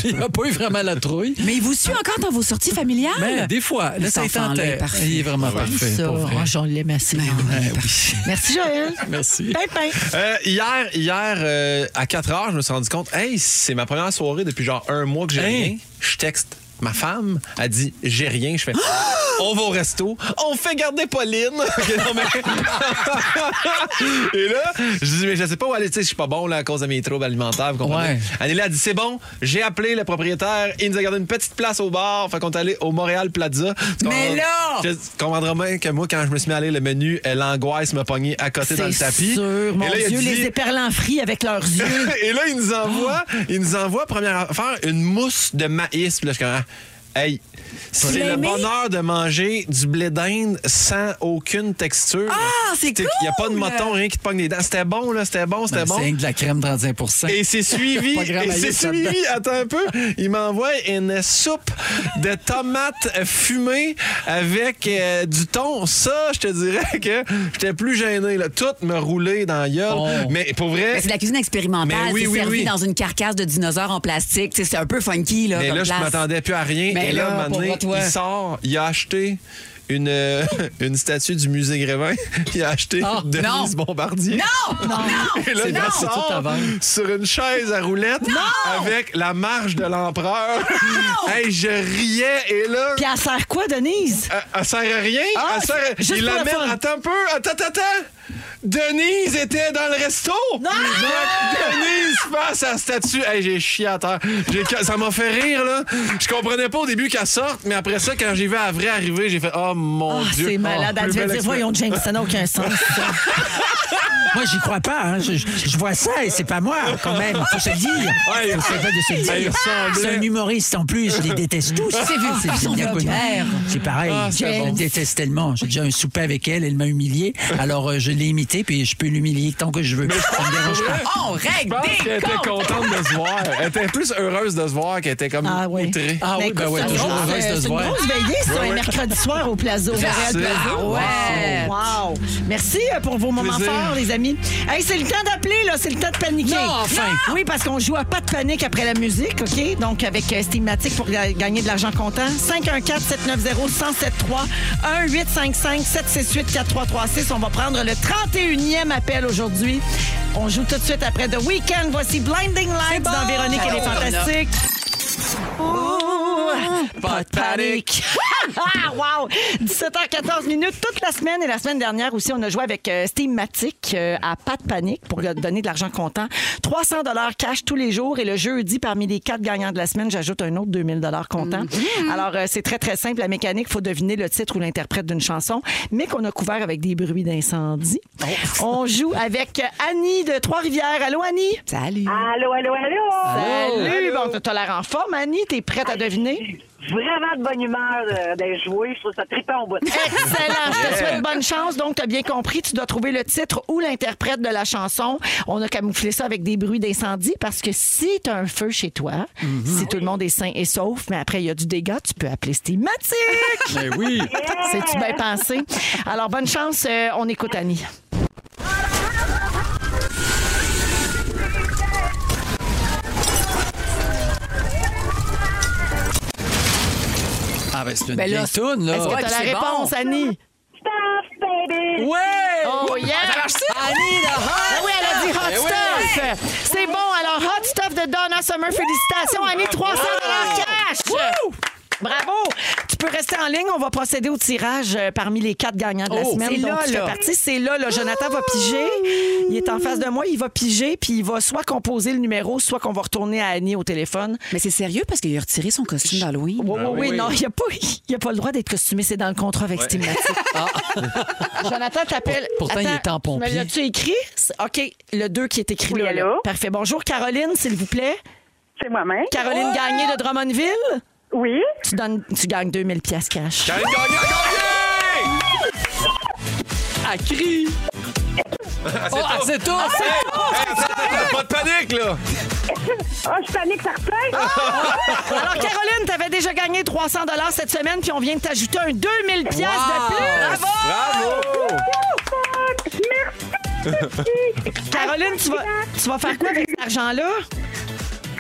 Il n'a pas eu vraiment la trouille. Mais il vous suit encore dans vos sorties familiales? Ben, Mais des fois, là, Cet ça enfant-là tentait. est parfait. Il est vraiment parfait. Ça, pour vrai. oh, j'en l'aime assez. Merci, Joël. Merci. Pimpin. Euh, hier, hier euh, à 4 heures, je me suis rendu compte, hey, c'est ma première soirée depuis genre un mois Hein? que j'ai rien. Je texte ma femme, elle dit, j'ai rien. Je fais, on va au resto, on fait garder Pauline. Ok, non, mais- Et là, je dis, mais je sais pas où aller, tu sais, je suis pas bon là, à cause de mes troubles alimentaires. Vous comprenez? Ouais. Elle est là, elle dit, c'est bon, j'ai appelé le propriétaire, il nous a gardé une petite place au bar, fait qu'on est allé au Montréal Plaza. Tu Mais comprends- là! Je- Tu comprendras bien que moi, quand je me suis mis à aller le menu, euh, l'angoisse m'a pogné à côté dans le tapis. C'est sûr, mon Et là, il a Dieu, dit- les éperlants frits avec leurs yeux. et là, il nous envoie, il nous envoie première affaire une mousse de maïs. Puis là, je suis comme, ah, hey, c'est l'as le aimé? bonheur de manger du blé d'Inde sans aucune texture. Ah, c'est Tu sais, Il n'y a pas de cool! moton, rien qui te pogne les dents. C'était bon, là, c'était bon, c'était Non, bon. Ben, C'est rien que de la crème 31 Et c'est suivi, Pas grand et c'est maïs là-dedans. suivi, attends un peu, il m'envoie une soupe de tomates fumées avec euh, du thon. Ça, je te dirais que j'étais plus gêné. Là. Tout me roulait dans la gueule. Oh. Mais pour vrai... Mais Ben, c'est de la cuisine expérimentale. Mais oui, c'est oui, servi oui. dans une carcasse de dinosaure en plastique. Tu sais, C'est un peu funky. Là, Mais comme là, je place. m'attendais plus à rien. Mais et là, à un moment donné, pauvre toi. il sort, il a acheté une, euh, une statue du musée Grévin, il a acheté Oh, Denise non. Bombardier. Non! Non! Et là, C'est vrai, il la c'est sort tout à vendre. sur une chaise à roulettes avec la marche de l'empereur. Hey, je riais et là. Puis elle sert quoi, Denise? Elle, Euh, elle sert à rien. Ah, elle sert à- juste il pour le l'amène. fun. Attends un peu. Attends, attends, attends. Denise était dans le resto. Non! Denise face à la statue. Hey, j'ai chié à terre. J'ai- Ça m'a fait rire, là. Je comprenais pas au début qu'elle sorte, mais après ça, quand j'ai vu la vraie arriver, j'ai fait Oh mon Ah, Dieu. c'est malade. Oh, Plus Elle devait belle dire, voyons, James, ça n'a aucun sens. Moi, j'y crois pas. hein. Je, je- je vois ça et c'est pas moi, quand même. Faut se le dire. Ouais, Faut se le de se le ça y dire. ressemblait. C'est un humoriste en plus. Je les déteste tous. C'est vu, c'est vu. C'est bien connu. vulgaire. C'est pareil. Ah, je c'est bon. la déteste tellement. J'ai déjà un souper avec elle. Elle m'a humilié. Alors, euh, je l'ai imité puis je peux l'humilier tant que je veux. Ça me dérange pas. On règle Je pense des qu'elle était comptes. contente de se voir. Elle était plus heureuse de se voir qu'elle était comme Ah oui. outrée. Ah oui, ben ouais, C'est toujours une heureuse de se grosse- c'est une voir. grosse veillée, ça, Ouais, ouais. un mercredi soir au Plaza. au Merci. Montréal Plaza. Ah ouais. Wow. Merci euh, pour vos moments Plaisir. forts, les amis. Hey, c'est le temps d'appeler, là. C'est le temps de paniquer. Non, enfin. Non. Oui, parce qu'on joue à pas de panique après la musique, OK? Donc, avec euh, Stigmatique pour ga- gagner de l'argent comptant. 514-790-1073-1855-768-4336. On va prendre le 31e appel aujourd'hui. On joue tout de suite après The Weeknd. Voici Blinding Lights dans Véronique et les Fantastiques. Ouh, pas de panique. Ah, wow! 17h14 minutes toute la semaine et la semaine dernière aussi, on a joué avec euh, Steamatic euh, à pas de panique pour le- donner de l'argent comptant. 300 dollars cash tous les jours et le jeudi, parmi les quatre gagnants de la semaine, j'ajoute un autre 2000 dollars comptant. Alors, euh, c'est très, très simple. La mécanique, faut deviner le titre ou l'interprète d'une chanson, mais qu'on a couvert avec des bruits d'incendie. On joue avec euh, Annie de Trois-Rivières. Allô, Annie? Salut. Allô, allô, allô! Salut! Bon, t'as l'air en forme, Annie. T'es prête à deviner? Vraiment de bonne humeur euh, d'aller jouer. Je trouve ça trippant au bout. Excellent. Je te souhaite bonne chance. Donc, tu as bien compris, tu dois trouver le titre ou l'interprète de la chanson. On a camouflé ça avec des bruits d'incendie parce que si tu as un feu chez toi, Mm-hmm. si tout le monde est sain et sauf, mais après, il y a du dégât, tu peux appeler Stigmatique. Mais Ben oui. C'est-tu bien pensé? Alors, bonne chance. Euh, on écoute Annie. Ah, ben, c'est une Ben là, vieille toune, là. Est-ce que tu as la c'est bon. réponse, Annie? Stuff, baby! Ouais! Oh, yeah! Annie, la Ah oui, elle a dit Eh Hot oui. Stuff! C'est bon, alors Hot Stuff de Donna Summer, félicitations, Annie, 300 cash! Bravo! Tu peux rester en ligne. On va procéder au tirage euh, parmi les quatre gagnants de la Oh, semaine. c'est dont là, tu là. fais partie. C'est là, là. Jonathan va piger. Il est en face de moi. Il va piger, puis il va soit composer le numéro, soit qu'on va retourner à Annie au téléphone. Mais c'est sérieux parce qu'il a retiré son costume d'Halloween. Oui, oui, Oh, oui, Ah oui. non, il n'y a, pas- il y a pas le droit d'être costumé. C'est dans le contrat avec Ouais. Ah. Stigmatique. Jonathan t'appelle. Pour- pourtant, il Attends, est en pompier. Tu me l'as-tu écrit? C'est- OK, le 2 qui est écrit là, là. Parfait. Bonjour, Caroline, s'il vous plaît. C'est moi-même. Caroline Oh! Gagné de Drummondville. Oui. Tu, donnes, tu gagnes 2000 pièces cash. Caroline Gagné a À cri. Ah, Oh, ah, c'est tout. Ah, c'est Hey, tout. hey, Hey, attends, attends, Pas de panique, là! Ah, je panique, ça repart. Alors, Caroline, t'avais déjà gagné 300 cette semaine, puis on vient de t'ajouter un 2000 pièces de plus. Caroline, tu vas, tu vas faire quoi avec cet argent-là?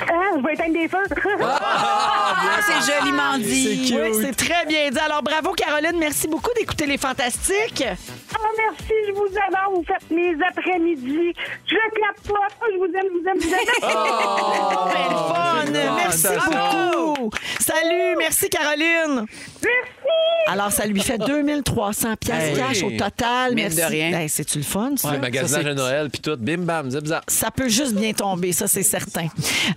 Ah, je vais éteindre des feux. Ah, c'est joliment dit. Oui, c'est très bien dit. Alors, bravo, Caroline. Merci beaucoup d'écouter Les Fantastiques. Ah, merci, je vous adore. Vous faites mes après-midi. Je clapote. Ah, Je vous aime, vous aime, vous aime. Belle Oh, ben, fun. bon, Merci ça beaucoup. Salut. Merci, Caroline. Merci. Alors, ça lui fait 2300 piastres Hey. cash au total. Mine Merci. de rien. Hey, C'est-tu le fun, ça? Ouais, ben, magasinage Ça, de c'est- Noël, puis tout, bim bam, zip zap. Ça peut juste bien tomber, ça, c'est certain.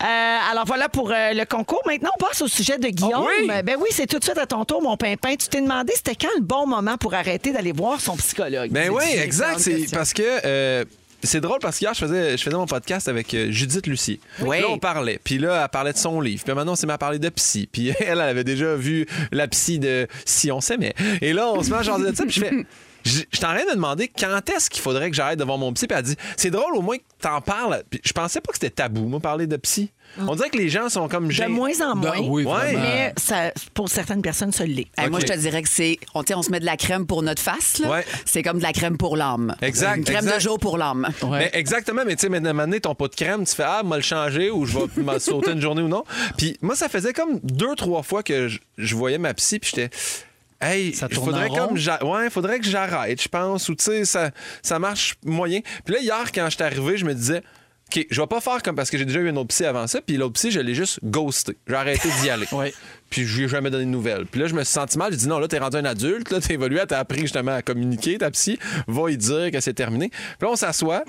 Euh, alors, voilà pour euh, le concours. Maintenant, on passe au sujet de Guillaume. Oh, oui? Ben oui, c'est tout de suite à ton tour, mon pimpin. Tu t'es demandé, c'était quand le bon moment pour arrêter d'aller voir son psychologue? Ben C'est oui, une exact. excellente C'est question. parce que euh, c'est drôle parce qu'hier, je faisais, je faisais mon podcast avec euh, Judith Lucie. Oui. Là, on parlait. Puis là, elle parlait de son livre. Puis maintenant, on s'est mis à parler de psy. Puis elle, elle avait déjà vu la psy de Si on s'aimait. Et là, on se met à jaser de ça. Puis je fais. Je je suis en train de demander quand est-ce qu'il faudrait que j'arrête de voir mon psy. Puis elle dit C'est drôle, au moins que t'en parles. Puis je pensais pas que c'était tabou, moi, parler de psy. On dirait que les gens sont comme. Oh. De gênés. moins ah, en moins. Ben mais ça, pour certaines personnes, ça l'est. Hey, Moi, Ok. je te dirais que c'est. On, tu sais, on se met de la crème pour notre face. là. Ouais. C'est comme de la crème pour l'âme. Exact, Une crème exact. de jour pour l'âme. Mais exactement, mais tu sais, maintenant, à un moment donné, ton pot de crème, tu fais Ah, moi le changer ou je vais me sauter une journée ou non. Puis moi, ça faisait comme deux, trois fois que je, je voyais ma psy, puis j'étais. Hey, il tourne faudrait, en rond? comme j'a- ouais, faudrait que j'arrête, je pense, ou tu sais, ça, ça marche moyen. Puis là, hier, quand je suis arrivé, je me disais. OK, je vais pas faire comme parce que j'ai déjà eu une autre psy avant ça, puis l'autre psy, je l'ai juste ghosté. J'ai arrêté d'y aller. Puis je lui ai jamais donné de nouvelles. Puis là, je me suis senti mal. J'ai dit non, là, t'es rendu un adulte, là, t'es évolué, t'as appris justement à communiquer, ta psy, va y dire que c'est terminé. Puis là, on s'assoit.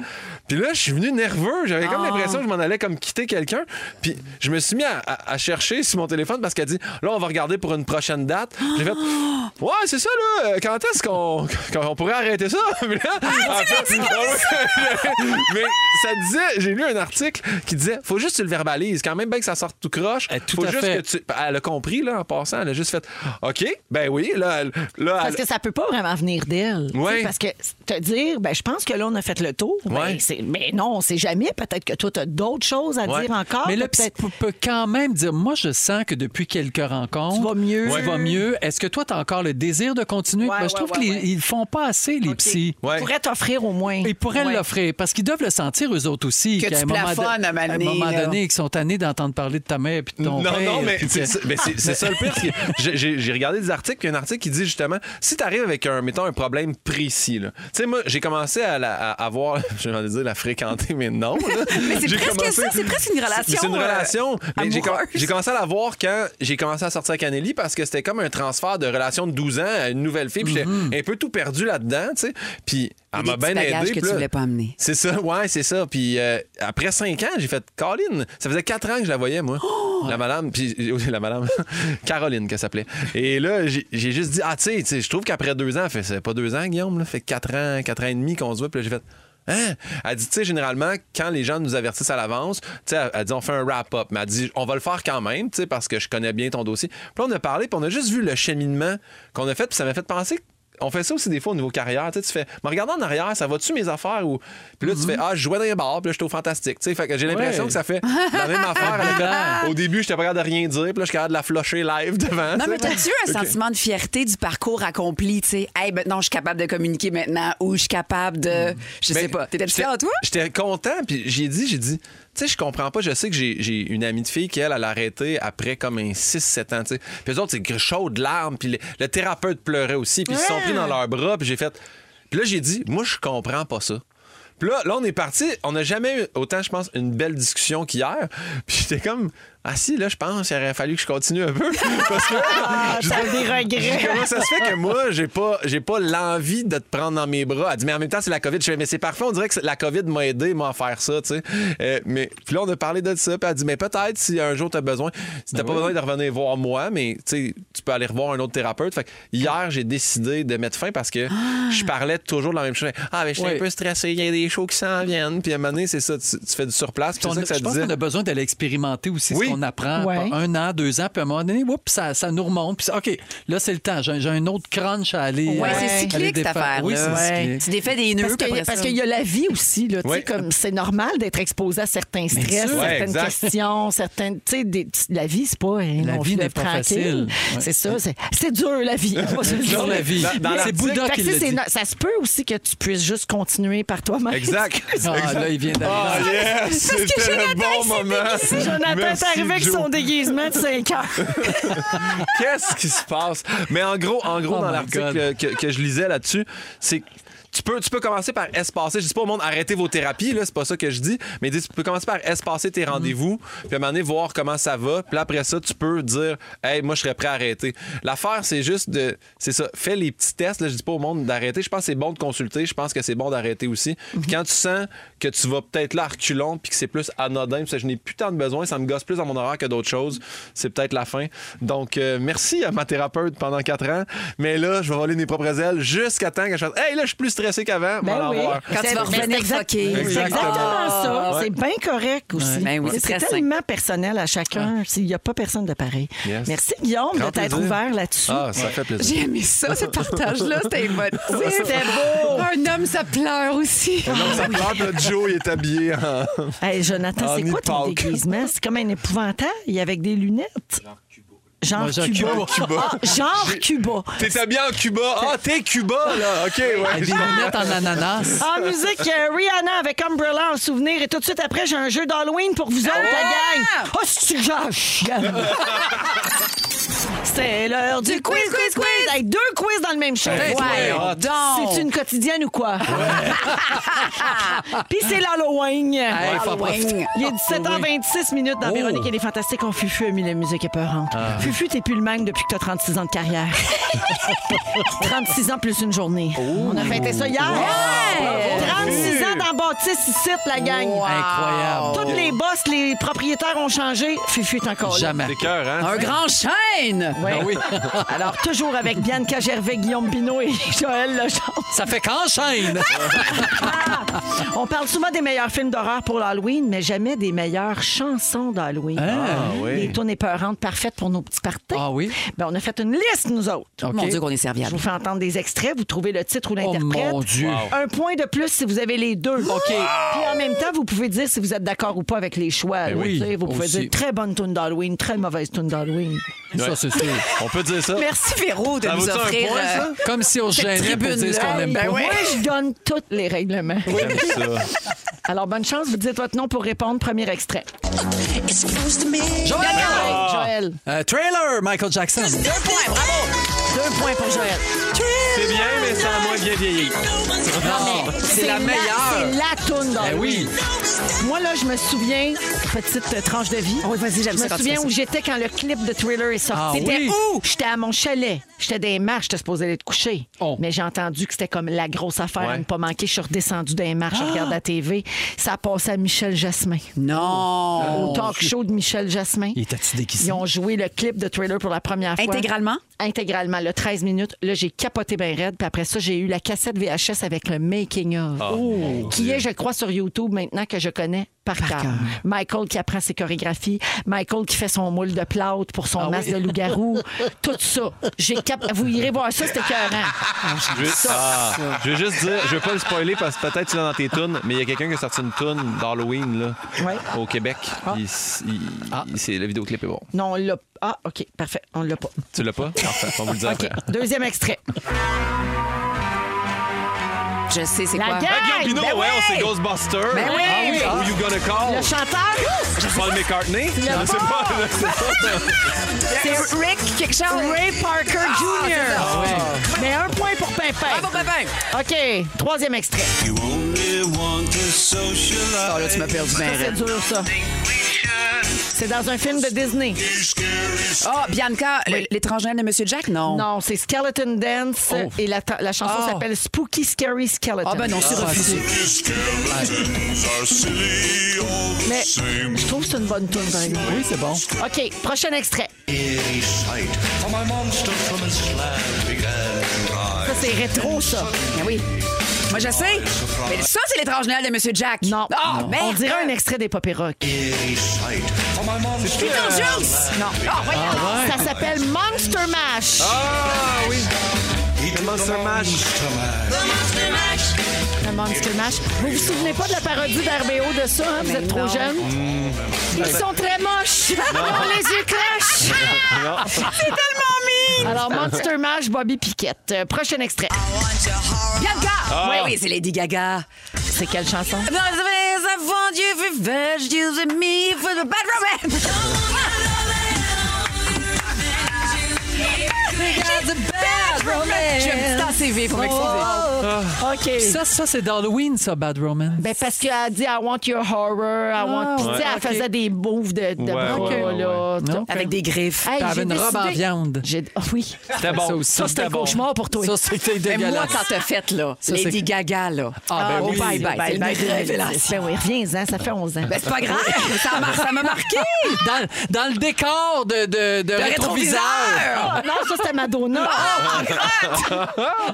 Puis là, je suis venu nerveux. J'avais comme Ah. l'impression que je m'en allais comme quitter quelqu'un. Puis je me suis mis à, à- à chercher sur mon téléphone parce qu'elle dit là, on va regarder pour une prochaine date. J'ai fait ouais, c'est ça, là. euh, Quand est-ce qu'on qu'on- on pourrait arrêter ça? Puis là, Ah, en tu fait, l'as dit, ça! mais ça disait, j'ai lu un article qui disait, faut juste que tu le verbalises. Quand même, bien que ça sorte tout croche, faut Eh, à juste fait. que tu. Elle a compris, là, en passant. Elle a juste fait, OK, ben oui, là, elle- là Parce elle- que ça peut pas vraiment venir d'elle. Tu sais, Ouais. Parce que te dire, ben, je pense que là, on a fait le tour. ben, c'est- mais non, on sait jamais. Peut-être que toi, tu as d'autres choses à dire encore. Mais T'as le psy peut-être- peut peut quand même dire Moi, je sens que depuis quelques rencontres. Tu vas mieux. Tu vas mieux. Est-ce que toi, tu as encore le désir de continuer Ben, Je trouve qu'ils ne font pas assez, les psys. Ils pourraient t'offrir au moins. Ils pourraient Ouais. l'offrir parce qu'ils doivent le sentir eux autres aussi. Que qu'à tu un moment plafonnes don- à un moment à un donné, moment là. donné, qu'ils sont tannés d'entendre parler de ta mère et de ton non, père. non, mais puis c'est que- ça- mais c'est c'est ça le pire. c'est que j'ai- J'ai j'ai regardé des articles, puis un article qui dit justement, si t'arrives avec un, mettons, un problème précis, là. Tu sais, moi, j'ai commencé à, la- à avoir, je vais dire la fréquenter, mais non. là. Mais c'est J'ai presque ça, c'est presque une relation, C'est une euh, relation. mais j'ai com- amoureuse. j'ai commencé à la voir quand j'ai commencé à sortir avec Anneli parce que c'était comme un transfert de relation de 12 ans à une nouvelle fille, puis j'étais un peu tout perdu là-dedans, tu sais. Puis elle Il y a m'a Mm-hmm. des bien petits bagages aidé. que puis tu là- voulais pas amener. c'est ça, ouais, c'est ça. Puis euh, après cinq ans, j'ai fait Colin. Ça faisait quatre ans que je la voyais, moi. la madame, puis oui, la madame, Caroline, qu'elle s'appelait. Et là, j'ai j'ai juste dit, ah, tu sais, tu sais, je trouve qu'après deux ans, fait, c'est pas deux ans, Guillaume, là, fait quatre ans, quatre ans et demi qu'on se voit. Puis là, j'ai fait. Hein? Elle dit, tu sais, généralement, quand les gens nous avertissent à l'avance, tu sais, elle, elle dit, on fait un wrap-up. Mais elle dit, on va le faire quand même, tu sais, parce que je connais bien ton dossier. Puis là, on a parlé, puis on a juste vu le cheminement qu'on a fait, puis ça m'a fait penser que on fait ça aussi des fois au niveau carrière. Tu sais, tu fais, mais regarde en arrière, ça va-tu mes affaires? Ou... Puis là, tu fais, ah, je jouais dans les bars, puis là, j'étais au fantastique. Tu sais, fait que j'ai l'impression Ouais. que ça fait la même affaire. à la- au début, j'étais pas capable de rien dire, puis là, je suis capable de la flusher live Non, devant. tu sais. mais t'as-tu un Ok. sentiment de fierté du parcours accompli? Tu sais, hey, maintenant, je suis capable de communiquer maintenant ou je suis capable de. Je sais Ben, pas. T'étais j'étais- fier, toi? J'étais content, puis j'ai dit, j'ai dit, tu sais, je comprends pas, je sais que j'ai- j'ai une amie de fille qui, elle, elle a arrêté après comme un 6-7 ans, tu sais. Puis eux autres, c'est que chaud de larmes, puis le, le thérapeute pleurait aussi, puis ils se sont Ouais. pris dans leurs bras, puis j'ai fait. Puis là, j'ai dit, moi, je comprends pas ça. Puis là, là, on est parti, on n'a jamais eu autant, je pense, une belle discussion qu'hier, puis j'étais comme. Ah si, là, je pense qu'il aurait fallu que je continue un peu. Parce que Ah, Je t'as dis- des regrets. je dis, comment ça se fait que moi, j'ai pas, j'ai pas l'envie de te prendre dans mes bras? Elle dit, mais en même temps, c'est la COVID. Je fais, mais c'est parfait, on dirait que c'est- la COVID m'a aidé, moi, à faire ça, tu sais. Euh, mais puis là, on a parlé de ça, puis elle dit, mais peut-être si un jour t'as besoin, si t'as Ben pas besoin de revenir voir moi, mais tu sais, tu peux aller revoir un autre thérapeute. Fait que hier, j'ai décidé de mettre fin parce que Ah. je parlais toujours de la même chose. Ah, mais je suis Ouais. un peu stressé, il y a des shows qui s'en viennent, puis à un moment donné, c'est ça, tu, tu fais du surplace, puis On c'est a- ça que ça je pense disait. qu'on a besoin de l'expérimenter aussi, Oui. ce qu'on apprend Ouais. un an, deux ans, puis à un moment donné, oups, ça, ça nous remonte. Puis, ça- OK, là, c'est le temps. J'ai j'ai un autre crunch à aller. euh, Ouais, à c'est aller cyclique, cette défaire. affaire-là. Oui, c'est Ouais. cyclique. Tu défais des nœuds, Parce puis que- après parce ça. qu'il y a la vie aussi, là, tu sais, Ouais. comme c'est normal d'être exposé à certains stress, sûr. Ouais, certaines exact. questions, certaines, tu sais, des- la vie c'est pas hein, La on vie vit n'est notre pas tranquille. facile. C'est ça, c'est- c'est dur la vie. on va se le C'est dur, dire. la vie. Dans- dans Mais- l'article- C'est Bouddha Fait que, qui tu sais, le c'est dit. no- Ça se peut aussi que tu puisses juste continuer par toi-même. Exact. Ah, là, il vient d'arriver. Ah, yes, Parce que c'était le Jonathan, bon il moment. Jonathan est Ah, Merci, arrivé avec Joe. son déguisement de 5 ans. Qu'est-ce qui se passe? Mais en gros, en gros Oh dans my l'article que, que je lisais là-dessus, c'est que tu peux, tu peux commencer par espacer. Je dis pas au monde arrêtez vos thérapies, là, c'est pas ça que je dis, mais dis, tu peux commencer par espacer Mhm. tes rendez-vous, puis à un moment donné, voir comment ça va. Puis là, après ça, tu peux dire Hey, moi je serais prêt à arrêter. L'affaire, c'est juste de. C'est ça. Fais les petits tests. Là, je dis pas au monde d'arrêter. Je pense que c'est bon de consulter. Je pense que c'est bon d'arrêter aussi. Puis quand tu sens que tu vas peut-être là à reculons, puis que c'est plus anodin, puis ça, je n'ai plus tant de besoin, ça me gosse plus dans mon horaire que d'autres choses, c'est peut-être la fin. Donc, euh, merci à ma thérapeute pendant quatre ans. Mais là, je vais voler mes propres ailes jusqu'à temps que je fasse Hey, là, je suis plus stressé qu'avant. Ben M'en oui. avoir. Quand tu C'est- vas mais revenir c'est exact- fucké. c'est Exactement. exactement ça. Ah, ouais. C'est bien correct aussi. Ouais. Ben oui, Mais c'est c'est très tellement personnel à chacun. Il n'y a pas personne de pareil. Yes. Merci, Guillaume, Grand de t'être plaisir. ouvert là-dessus. Ah, ça fait plaisir. J'ai aimé ça, ce partage-là. C'était émotif. Oui, c'était beau. Un homme, ça pleure aussi. Non, ça pleure, puis là, Joe, il est habillé en. Hey, Jonathan, Ah, c'est quoi ton Nick Park. déguisement? C'est comme un épouvantail avec des lunettes. Genre Moi, Jean Cuba. Cuba. Cuba. Ah, genre J'ai- Cuba. T'es habillé en Cuba. Ah, t'es Cuba, là. OK, ouais. Des lunettes en ananas. En musique, euh, Rihanna avec Umbrella en souvenir. Et tout de suite après, j'ai un jeu d'Halloween pour vous autres, la gang. Oh, c'est genre chienne. C'est l'heure du quiz, quiz, quiz. Avec deux quiz dans le même show. Hey, voyons donc. C'est une quotidienne ou quoi? Puis c'est l'Halloween. faut en profiter. Il est 17h26 minutes dans Oh. Véronique et les Fantastiques. On Fufu a mis la musique épeurante. Fufu, t'es plus le même depuis que t'as 36 ans de carrière. 36 ans plus une journée. Oh. On a fêté ça hier. Ouais. Bravo. 36 ans dans Baptiste ici, la gang. Incroyable. Toutes les boss, les propriétaires ont changé. Fufu est encore là. Jamais. C'est cœur, hein? Un grand chêne. Ouais. Ah oui. Alors, toujours avec Bianca Gervais, Guillaume Pinault et Joël Legendre. Ça fait qu'enchaîne. On parle souvent des meilleurs films d'horreur pour l'Halloween, mais jamais des meilleures chansons d'Halloween. Ah, oui. Des tunes épeurantes parfaites pour nos petits parties. Ah oui? Ben, on a fait une liste, nous autres. Ah, Mon Dieu, qu'on est Je serviable. vous fais entendre des extraits, vous trouvez le titre ou Oh l'interprète. mon Dieu. Un point de plus si vous avez les deux. OK. Puis en même temps, vous pouvez dire si vous êtes d'accord ou pas avec les choix. là. Ben oui, Tu sais, vous pouvez aussi. dire très bonne tune d'Halloween, très mauvaise tune d'Halloween. Ça, c'est sûr. On peut dire ça. Merci, Véro, de Ça nous vaut-tu un offrir. point, ça? euh, Comme si on se Cette gênait pour dire ce qu'on tribune-là, aime ben pas. ouais. Moi, je donne tous les règlements. J'aime ça. Alors, bonne chance, vous dites votre nom pour répondre. Premier extrait. Joël! Correct, Joël. Euh, trailer, Michael Jackson. Deux points, bravo. Deux points pour Joël. C'est bien, mais sans moi bien vieilli. Non, C'est la meilleure. C'est la toune Ben oui. d'Halloween. Moi, là, je me souviens, petite euh, tranche de vie. Oui, vas-y, j'aime Je ça me quand tu souviens fais ça. où j'étais quand le clip de Thriller est sorti. Ah C'était oui? où? J'étais à mon chalet. J'étais des marches, j'étais supposée aller te coucher. Oh. Mais j'ai entendu que c'était comme la grosse affaire à Ouais. ne pas manquer. Je suis redescendue des marches, Ah! je regarde la TV. Ça a passé à Michel Jasmin. Non. Oh, Au talk show de Michel Jasmin. Il était-tu déguisé? Ils ont joué le clip de Thriller pour la première fois. Intégralement? Intégralement, le 13 minutes. Là, j'ai capoté bien raide. Puis après ça, j'ai eu la cassette VHS avec le making of. Ah, qui est, je crois, sur YouTube maintenant que je connais par, cœur. Michael qui apprend ses chorégraphies. Michael qui fait son moule de plâtre pour Ah son masque de loup-garou. Tout ça. J'ai cap... Vous irez voir ça, c'était écœurant. Je veux, Ah. Je veux juste dire, je veux pas le spoiler parce que peut-être tu l'as dans tes tunes, mais il y a quelqu'un qui a sorti une tune d'Halloween là, Ouais. Ah. au Québec. Il s- il- il- c'est- le vidéoclip est bon. Non, on l'a. Ah, OK, parfait. On l'a pas. Tu l'as pas? Parfait, on vous le dit OK, après. deuxième extrait. Je sais, c'est La quoi? gang! Ah, Guillaume Pinot, Ben ouais, on oui! sait Ghostbusters. Ben oui! Ah Who you gonna call? Le chanteur, Paul McCartney? Je l'as sais pas. je sais pas. C'est Rick quelque chose. Ray Parker Jr. Ah, Mais un point pour Pimpin. Bravo, Pépin. OK, troisième extrait. Ah, là, tu m'as perdu bien Ben, C'est raide. dur, ça. C'est dans un film de Disney. Ah, Bianca, l- l'étranger de Monsieur Jack, non? Non, c'est Skeleton Dance Oh. et la, ta- la chanson Ah. s'appelle Spooky Scary Skeleton. Ah ben non, c'est refusé. Mais je trouve que c'est une bonne tune, par exemple. Oui, c'est bon. OK, prochain extrait. Ça, c'est rétro, ça. Ben oui. Moi, je sais. Mais ça, c'est l'étrange Noël de Monsieur Jack. Non. Ah, Non. On merde. dirait un extrait des Pop et Rock. Peter Jones! Non. Ah, voyons. ouais. Ça s'appelle Monster Mash. Ah oui. Monster Mash. Le Monster Mash. Vous vous souvenez pas de la parodie d'RBO de ça? hein? Vous êtes trop jeunes. Ils sont très moches. Non. Ils ont les yeux clashent. C'est tellement mime. Alors, Monster Mash, Bobby Piquette. Euh, prochain extrait. Bianca! Ah. Oui, oui, c'est Lady Gaga. C'est quelle chanson? Those days I want you revenge, using me for the bad romance. Got the bad romance. Je vais me tasser vif, on va excuser. OK. Ça, ça c'est d'Halloween, ça, Bad Romance. Ben parce qu'elle a dit I want your horror, I want. Puis, tu sais, ouais. elle faisait des moves de, de Ouais, bras, ouais, ouais, là, ouais. tu- Non. Avec des griffes. Puis elle avait j'ai une robe en viande. J'ai- Ah oui. C'était bon. Ça, Ça aussi, aussi, c'était un c'était bon. cauchemar pour toi. Ça, c'était Mais moi, dégueulasse. quand t'as fait, là, Ça, c'est- Lady Gaga, là. Ah, ben oh, oui. bye bye. Bye, C'est une bye, bye. révélation. Ben oui, reviens-en, ça fait 11 ans. Ben, c'est pas grave, ça Ben, m'a- ça m'a marqué. Dans, dans le décor de, de, de, rétroviseur. Ah, non, ça c'était Madonna. Ah,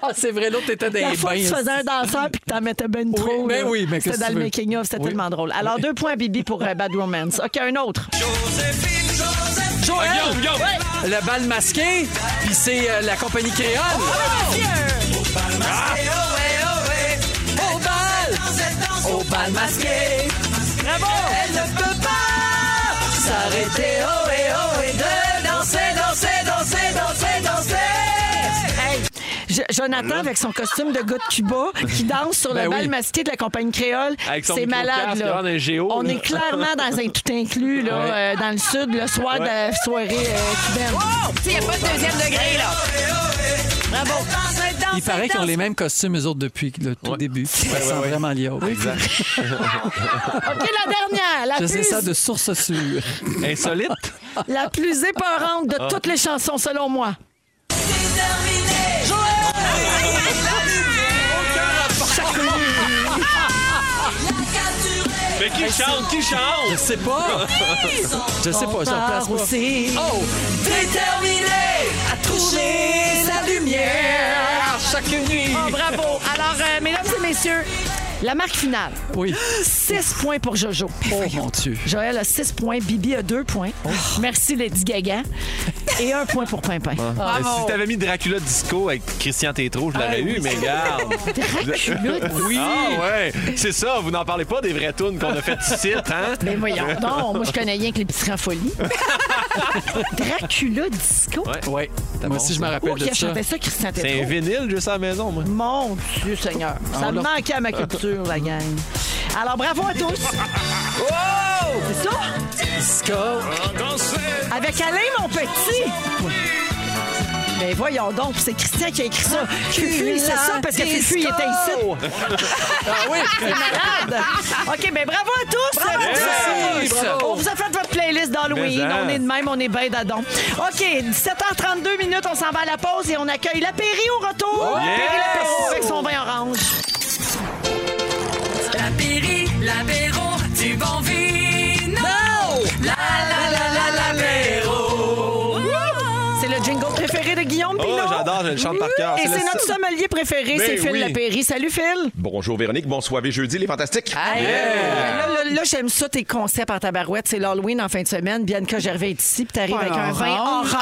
ah, c'est vrai, l'autre était dans La les fois que tu bains. faisais un danseur puis que t'en mettais ben trop. mais là. oui, mais C'était qu'est-ce dans que le tu veux? making-of, c'était Oui. tellement drôle. Alors, deux points, Bibi, pour euh, Bad Romance. OK, un autre. Joël, le bal masqué, puis c'est euh, la compagnie créole. Ah! Au bal, au bal masqué. Bravo! Elle ne peut pas s'arrêter. Oh et oh et de danser, danser, danser, danser, danser. Hey, Je- Jonathan avec son costume de gars de Cuba qui danse sur le Ben bal oui. masqué de la compagnie créole. Avec son C'est micro malade. casque, là. on est géo, On là. est clairement dans un tout inclus là, euh, dans le sud le soir de la soirée euh, cubaine. Il n'y a pas de deuxième degré, là. Bravo. Il paraît qu'ils ont les mêmes costumes, eux autres, depuis le tout début. Ça sent vraiment lié Exact. OK, la dernière. La Je sais plus, ça de source sûre. Insolite. la plus épeurante de Ah. toutes les chansons, selon moi. Mais qui Hey, chante? c'est- Qui chante? Je sais pas. Je sais pas, je part place pas. Oh! Déterminé à trouver sa lumière chaque nuit. Oh, bravo. Alors, euh, mesdames et messieurs, la marque finale. Oui. 6 points pour Jojo. Oh mon Dieu. Joël a 6 points, Bibi a 2 points. Merci Lady Gaga. Et un point pour Pimpin. Ah, Mais Si t'avais mis Dracula Disco avec Christian Tétrault, je l'aurais eu, mais regarde. Dracula Disco. Oui. Ah ouais. C'est ça, vous n'en parlez pas des vraies tunes qu'on a faites ici, hein? Mais Eh, voyons, non, moi je connais rien que les petits en folie. Dracula Disco. Ouais. ouais. Moi bon, aussi, je ça. me rappelle Où de qui a ça. chanté ça, Christian C'est un Tétrault? vinyle juste à la maison, moi. Mon Dieu Seigneur. Ah, Ça on me l'a- manquait à ma culture, la gang. Alors, bravo à tous. Wow! C'est ça? Avec Alain, mon petit. Mais voyons donc, c'est Christian qui a écrit ça. Fufu, c'est ça, parce que Fufu, il était ici. Ah oui. c'est malade. OK, ben bravo à tous. Bravo à Merci. tous. Bravo. On vous a fait votre playlist d'Halloween. Mais hein. en. On est de même, on est bien d'adon. OK, 17h32 minutes, on s'en va à la pause et on accueille la Péri au retour. Oh, La Péri, la yes. Péri avec son vin orange. La péri, l'apéro, du bon vin. Non! La la la la l'apéro. C'est le jingle préféré de Guillaume Oh, Pinot. j'adore, je le chante par cœur. Et C'est le c'est notre seul- sommelier préféré, Ben c'est Phil oui. Lapéry. Salut Phil. Bonjour Véronique, bonsoir et jeudi, les fantastiques. Là, là, là, j'aime ça tes concepts en tabarouette. C'est l'Halloween en fin de semaine. Bianca Gervais est ici, puis t'arrives Pas avec un vin orange.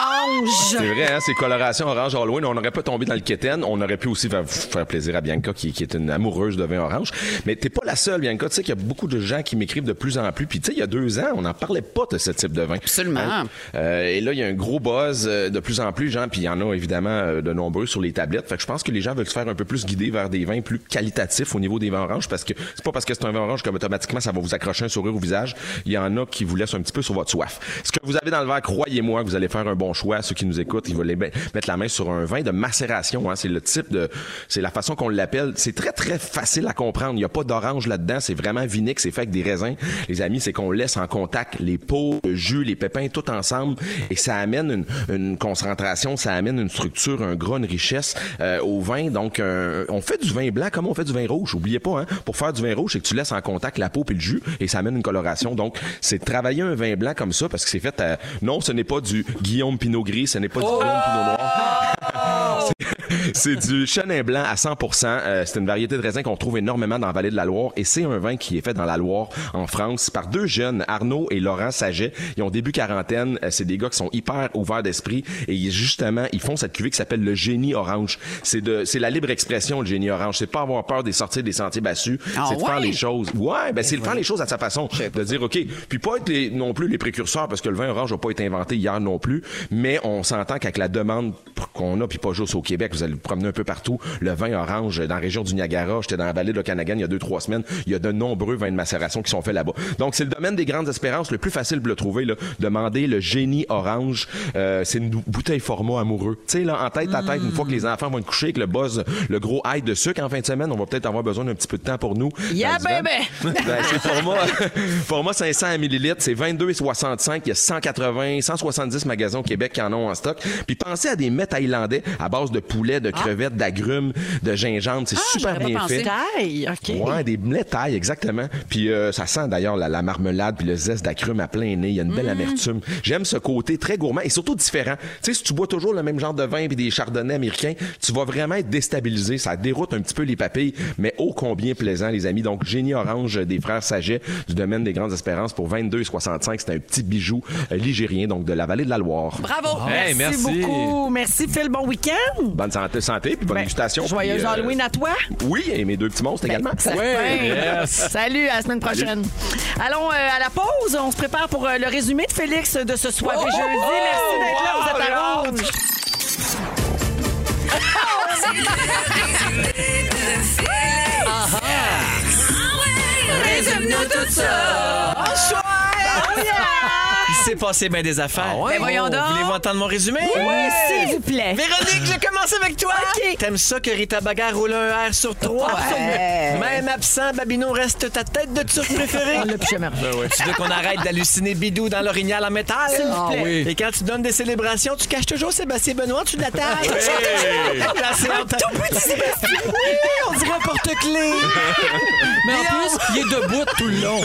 C'est orange. vrai, hein, c'est coloration orange Halloween. On n'aurait pas tombé dans le quétaine. On aurait pu aussi fa- faire plaisir à Bianca, qui, qui est une amoureuse de vin orange. Mais t'es pas la seule, Bianca. Tu sais qu'il y a beaucoup de gens qui m'écrivent de plus en plus. Puis tu sais, il y a deux ans, on n'en parlait pas de Hein? ce type de vin. Absolument. et là, il y a un gros buzz euh, de plus en plus, gens. Puis il y en a évidemment euh, de nombreux sur les tablettes. Fait que je pense que les gens veulent se faire un peu plus guider vers des vins plus qualitatifs au niveau des vins oranges parce que c'est pas parce que c'est un vin orange que automatiquement ça va vous accrocher un sourire au visage. Il y en a qui vous laissent un petit peu sur votre soif. Ce que vous avez dans le verre, croyez-moi que vous allez faire un bon choix. Ceux qui nous écoutent, ils veulent les ben- mettre la main sur un vin de macération. hein. C'est le type de, c'est la façon qu'on l'appelle. C'est très très facile à comprendre. Il n'y a pas d'orange là-dedans. C'est vraiment vinique. C'est fait avec des raisins. Les amis, c'est qu'on laisse en contact les peaux, le jus, les pépins, tout ensemble, et ça amène une, une concentration, ça amène une structure, un gras, une richesse euh, au vin. Donc, euh, on fait du vin blanc comme on fait du vin rouge. Oubliez pas, hein, pour faire du vin rouge, c'est que tu laisses en contact la peau puis le jus, et ça amène une coloration. Donc, c'est de travailler un vin blanc comme ça parce que c'est fait. à- Non, ce n'est pas du Guillaume Pinot Gris, ce n'est pas du Oh. Guillaume Pinot Noir. Ah. C'est du Chenin blanc à 100 Euh, C'est une variété de raisin qu'on trouve énormément dans la vallée de la Loire et c'est un vin qui est fait dans la Loire en France par deux jeunes, Arnaud et Laurent Saget. Ils ont début quarantaine. Euh, C'est des gars qui sont hyper ouverts d'esprit et ils- justement, ils font cette cuvée qui s'appelle le génie orange. C'est de, c'est la libre expression, le génie orange. C'est pas avoir peur des sorties des sentiers battus. Ah c'est de faire ouais? les choses. Ouais, ben c'est de faire les choses à sa façon. De dire, OK, puis pas être les- non plus les précurseurs parce que le vin orange n'a pas été inventé hier non plus, mais on s'entend qu'avec la demande qu'on a, puis pas juste au Québec, vous allez vous promener un peu partout, le vin orange euh, dans la région du Niagara, j'étais dans la vallée de Okanagan il y a deux, trois semaines, il y a de nombreux vins de macération qui sont faits là-bas. Donc c'est le domaine des grandes espérances, le plus facile de le trouver, là. demandez le génie orange, Euh, c'est une bou- bouteille format amoureux. Tu sais, là, en tête à tête, une fois que les enfants vont être coucher, que le buzz, le gros high de sucre en fin de semaine, on va peut-être avoir besoin d'un petit peu de temps pour nous. Yeah, Ben, du vin. baby! Ben, c'est format, format 500 ml, c'est 22,65. Il y a 180, 170 magasins au Québec qui en ont en stock. Puis pensez à des mets thaïlandais à base de poulet, de crevettes, d'agrumes, de gingembre. C'est super bien fait. Taille, OK. Ouais, des blés taille, exactement. Puis euh, ça sent d'ailleurs la, la marmelade puis le zeste d'agrumes à plein nez. Il y a une belle Mm. amertume. J'aime ce côté très gourmand et surtout différent. Tu sais, si tu bois toujours le même genre de vin puis des chardonnays américains, tu vas vraiment être déstabilisé. Ça déroute un petit peu les papilles, mais ô combien plaisant, les amis. Donc, Génie Orange euh, des frères Saget du domaine des Grandes Espérances pour 22,65. C'est un petit bijou euh, ligérien, donc de la vallée de la Loire. Bravo. Hey, merci, merci. beaucoup. Merci, Phil. Bon week-end. Ben, Bonne santé, santé, puis bonne dégustation. Joyeux puis, euh, Halloween Ben, à toi. Oui, et mes deux petits monstres également. Certain. Salut, à la semaine prochaine. Allons euh, à la pause. On se prépare pour euh, le résumé de Félix de ce soir et Oh, jeudi. oh, Merci d'être wow, là. Vous êtes à Léon. rouge. C'est le résumé de Félix. Ah ouais, Résume-nous tout ça. Bonsoir. Il s'est passé bien des affaires. ouais? Ben voyons donc. Ah Oh, Voulez-vous entendre mon résumé? Oui, s'il vous plaît. Véronique, je commence avec toi. T'aimes ça que Rita Baga roule un R sur trois? Ouais. Même absent, Babino reste ta tête de turc préférée. Ben On l'a plus jamais Tu veux qu'on arrête d'halluciner Bidou dans l'orignal en métal? S'il vous plaît. Ah oui. Et quand tu donnes des célébrations, tu caches toujours Sébastien Benoît, tu l'attaches. Oui. Un tout petit Sébastien. Oui, on dirait un porte-clés. Mais en plus, il est debout tout le long.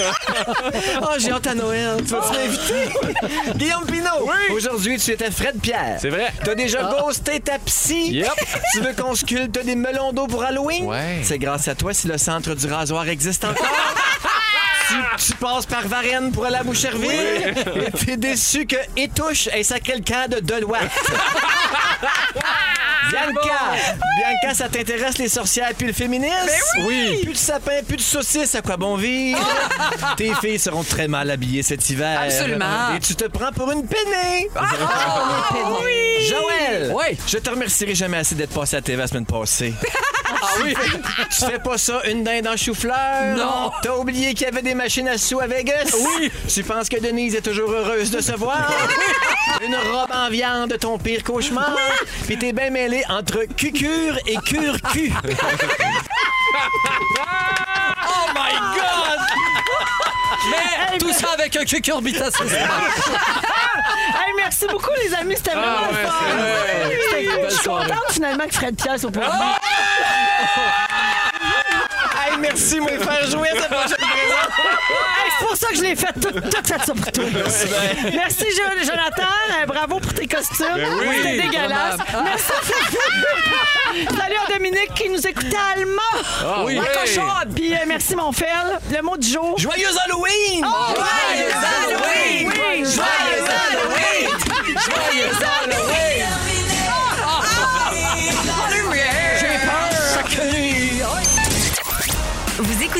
Oh, j'ai hâte à Noël. Tu vas-tu m'inviter? Guillaume Pinot, aujourd'hui, tu étais Fred Pierre. C'est vrai. T'as déjà Ah. ghosté ta psy. Yep. Tu veux qu'on sculpte des melons d'eau pour Halloween? Ouais. C'est grâce à toi si le centre du rasoir existe encore. Tu, tu passes par Varennes pour aller à Boucherville Oui. et t'es déçu que Étouche ait sacré le camp de Deloitte. Bianca! Ah, Bianca, ça t'intéresse les sorcières puis le féminisme? Mais Ben oui! Plus de sapin, plus de saucisses, à quoi bon vivre? Tes filles seront très mal habillées cet hiver. Ah! Absolument. Et tu te prends pour une peinée! Ah, oui! Joël! Je te remercierai jamais assez d'être passé à TV la semaine passée. Ah oui? tu fais pas ça une dinde en chou-fleur? Non. T'as oublié qu'il y avait des machines à sous à Vegas? Oui! Tu penses que Denise est toujours heureuse de se voir? Ah Une robe en viande de ton pire cauchemar? Puis t'es bien mêlé entre cucure et cure-cul. Oh my God! Mais tout ça avec un cucurbita, c'est Hey, merci beaucoup, les amis. C'était Ah vraiment le ouais, fun. c'est vrai. C'était cool. Belle Je suis soirée. contente finalement que Fred Pierre soit Ah, pour moi. Hey, merci, moi, de faire jouer à ta prochaine Hey, c'est pour ça que je l'ai fait toute toute faite ça pour toi. Merci bien. Merci, Jo- Jonathan. Euh, Bravo pour tes costumes. Ben oui. C'était dégueulasse. Vraiment. Merci, Fifi. Salut à Dominique qui nous écoutait allemand. Ah oui. La Oui. cochonne. Puis euh, merci, mon fel. Le mot du jour. Joyeux Halloween! Oh, Joyeux Halloween! Oui. Joyeux Halloween! Joyeux Halloween! J'ai peur! Vous écoutez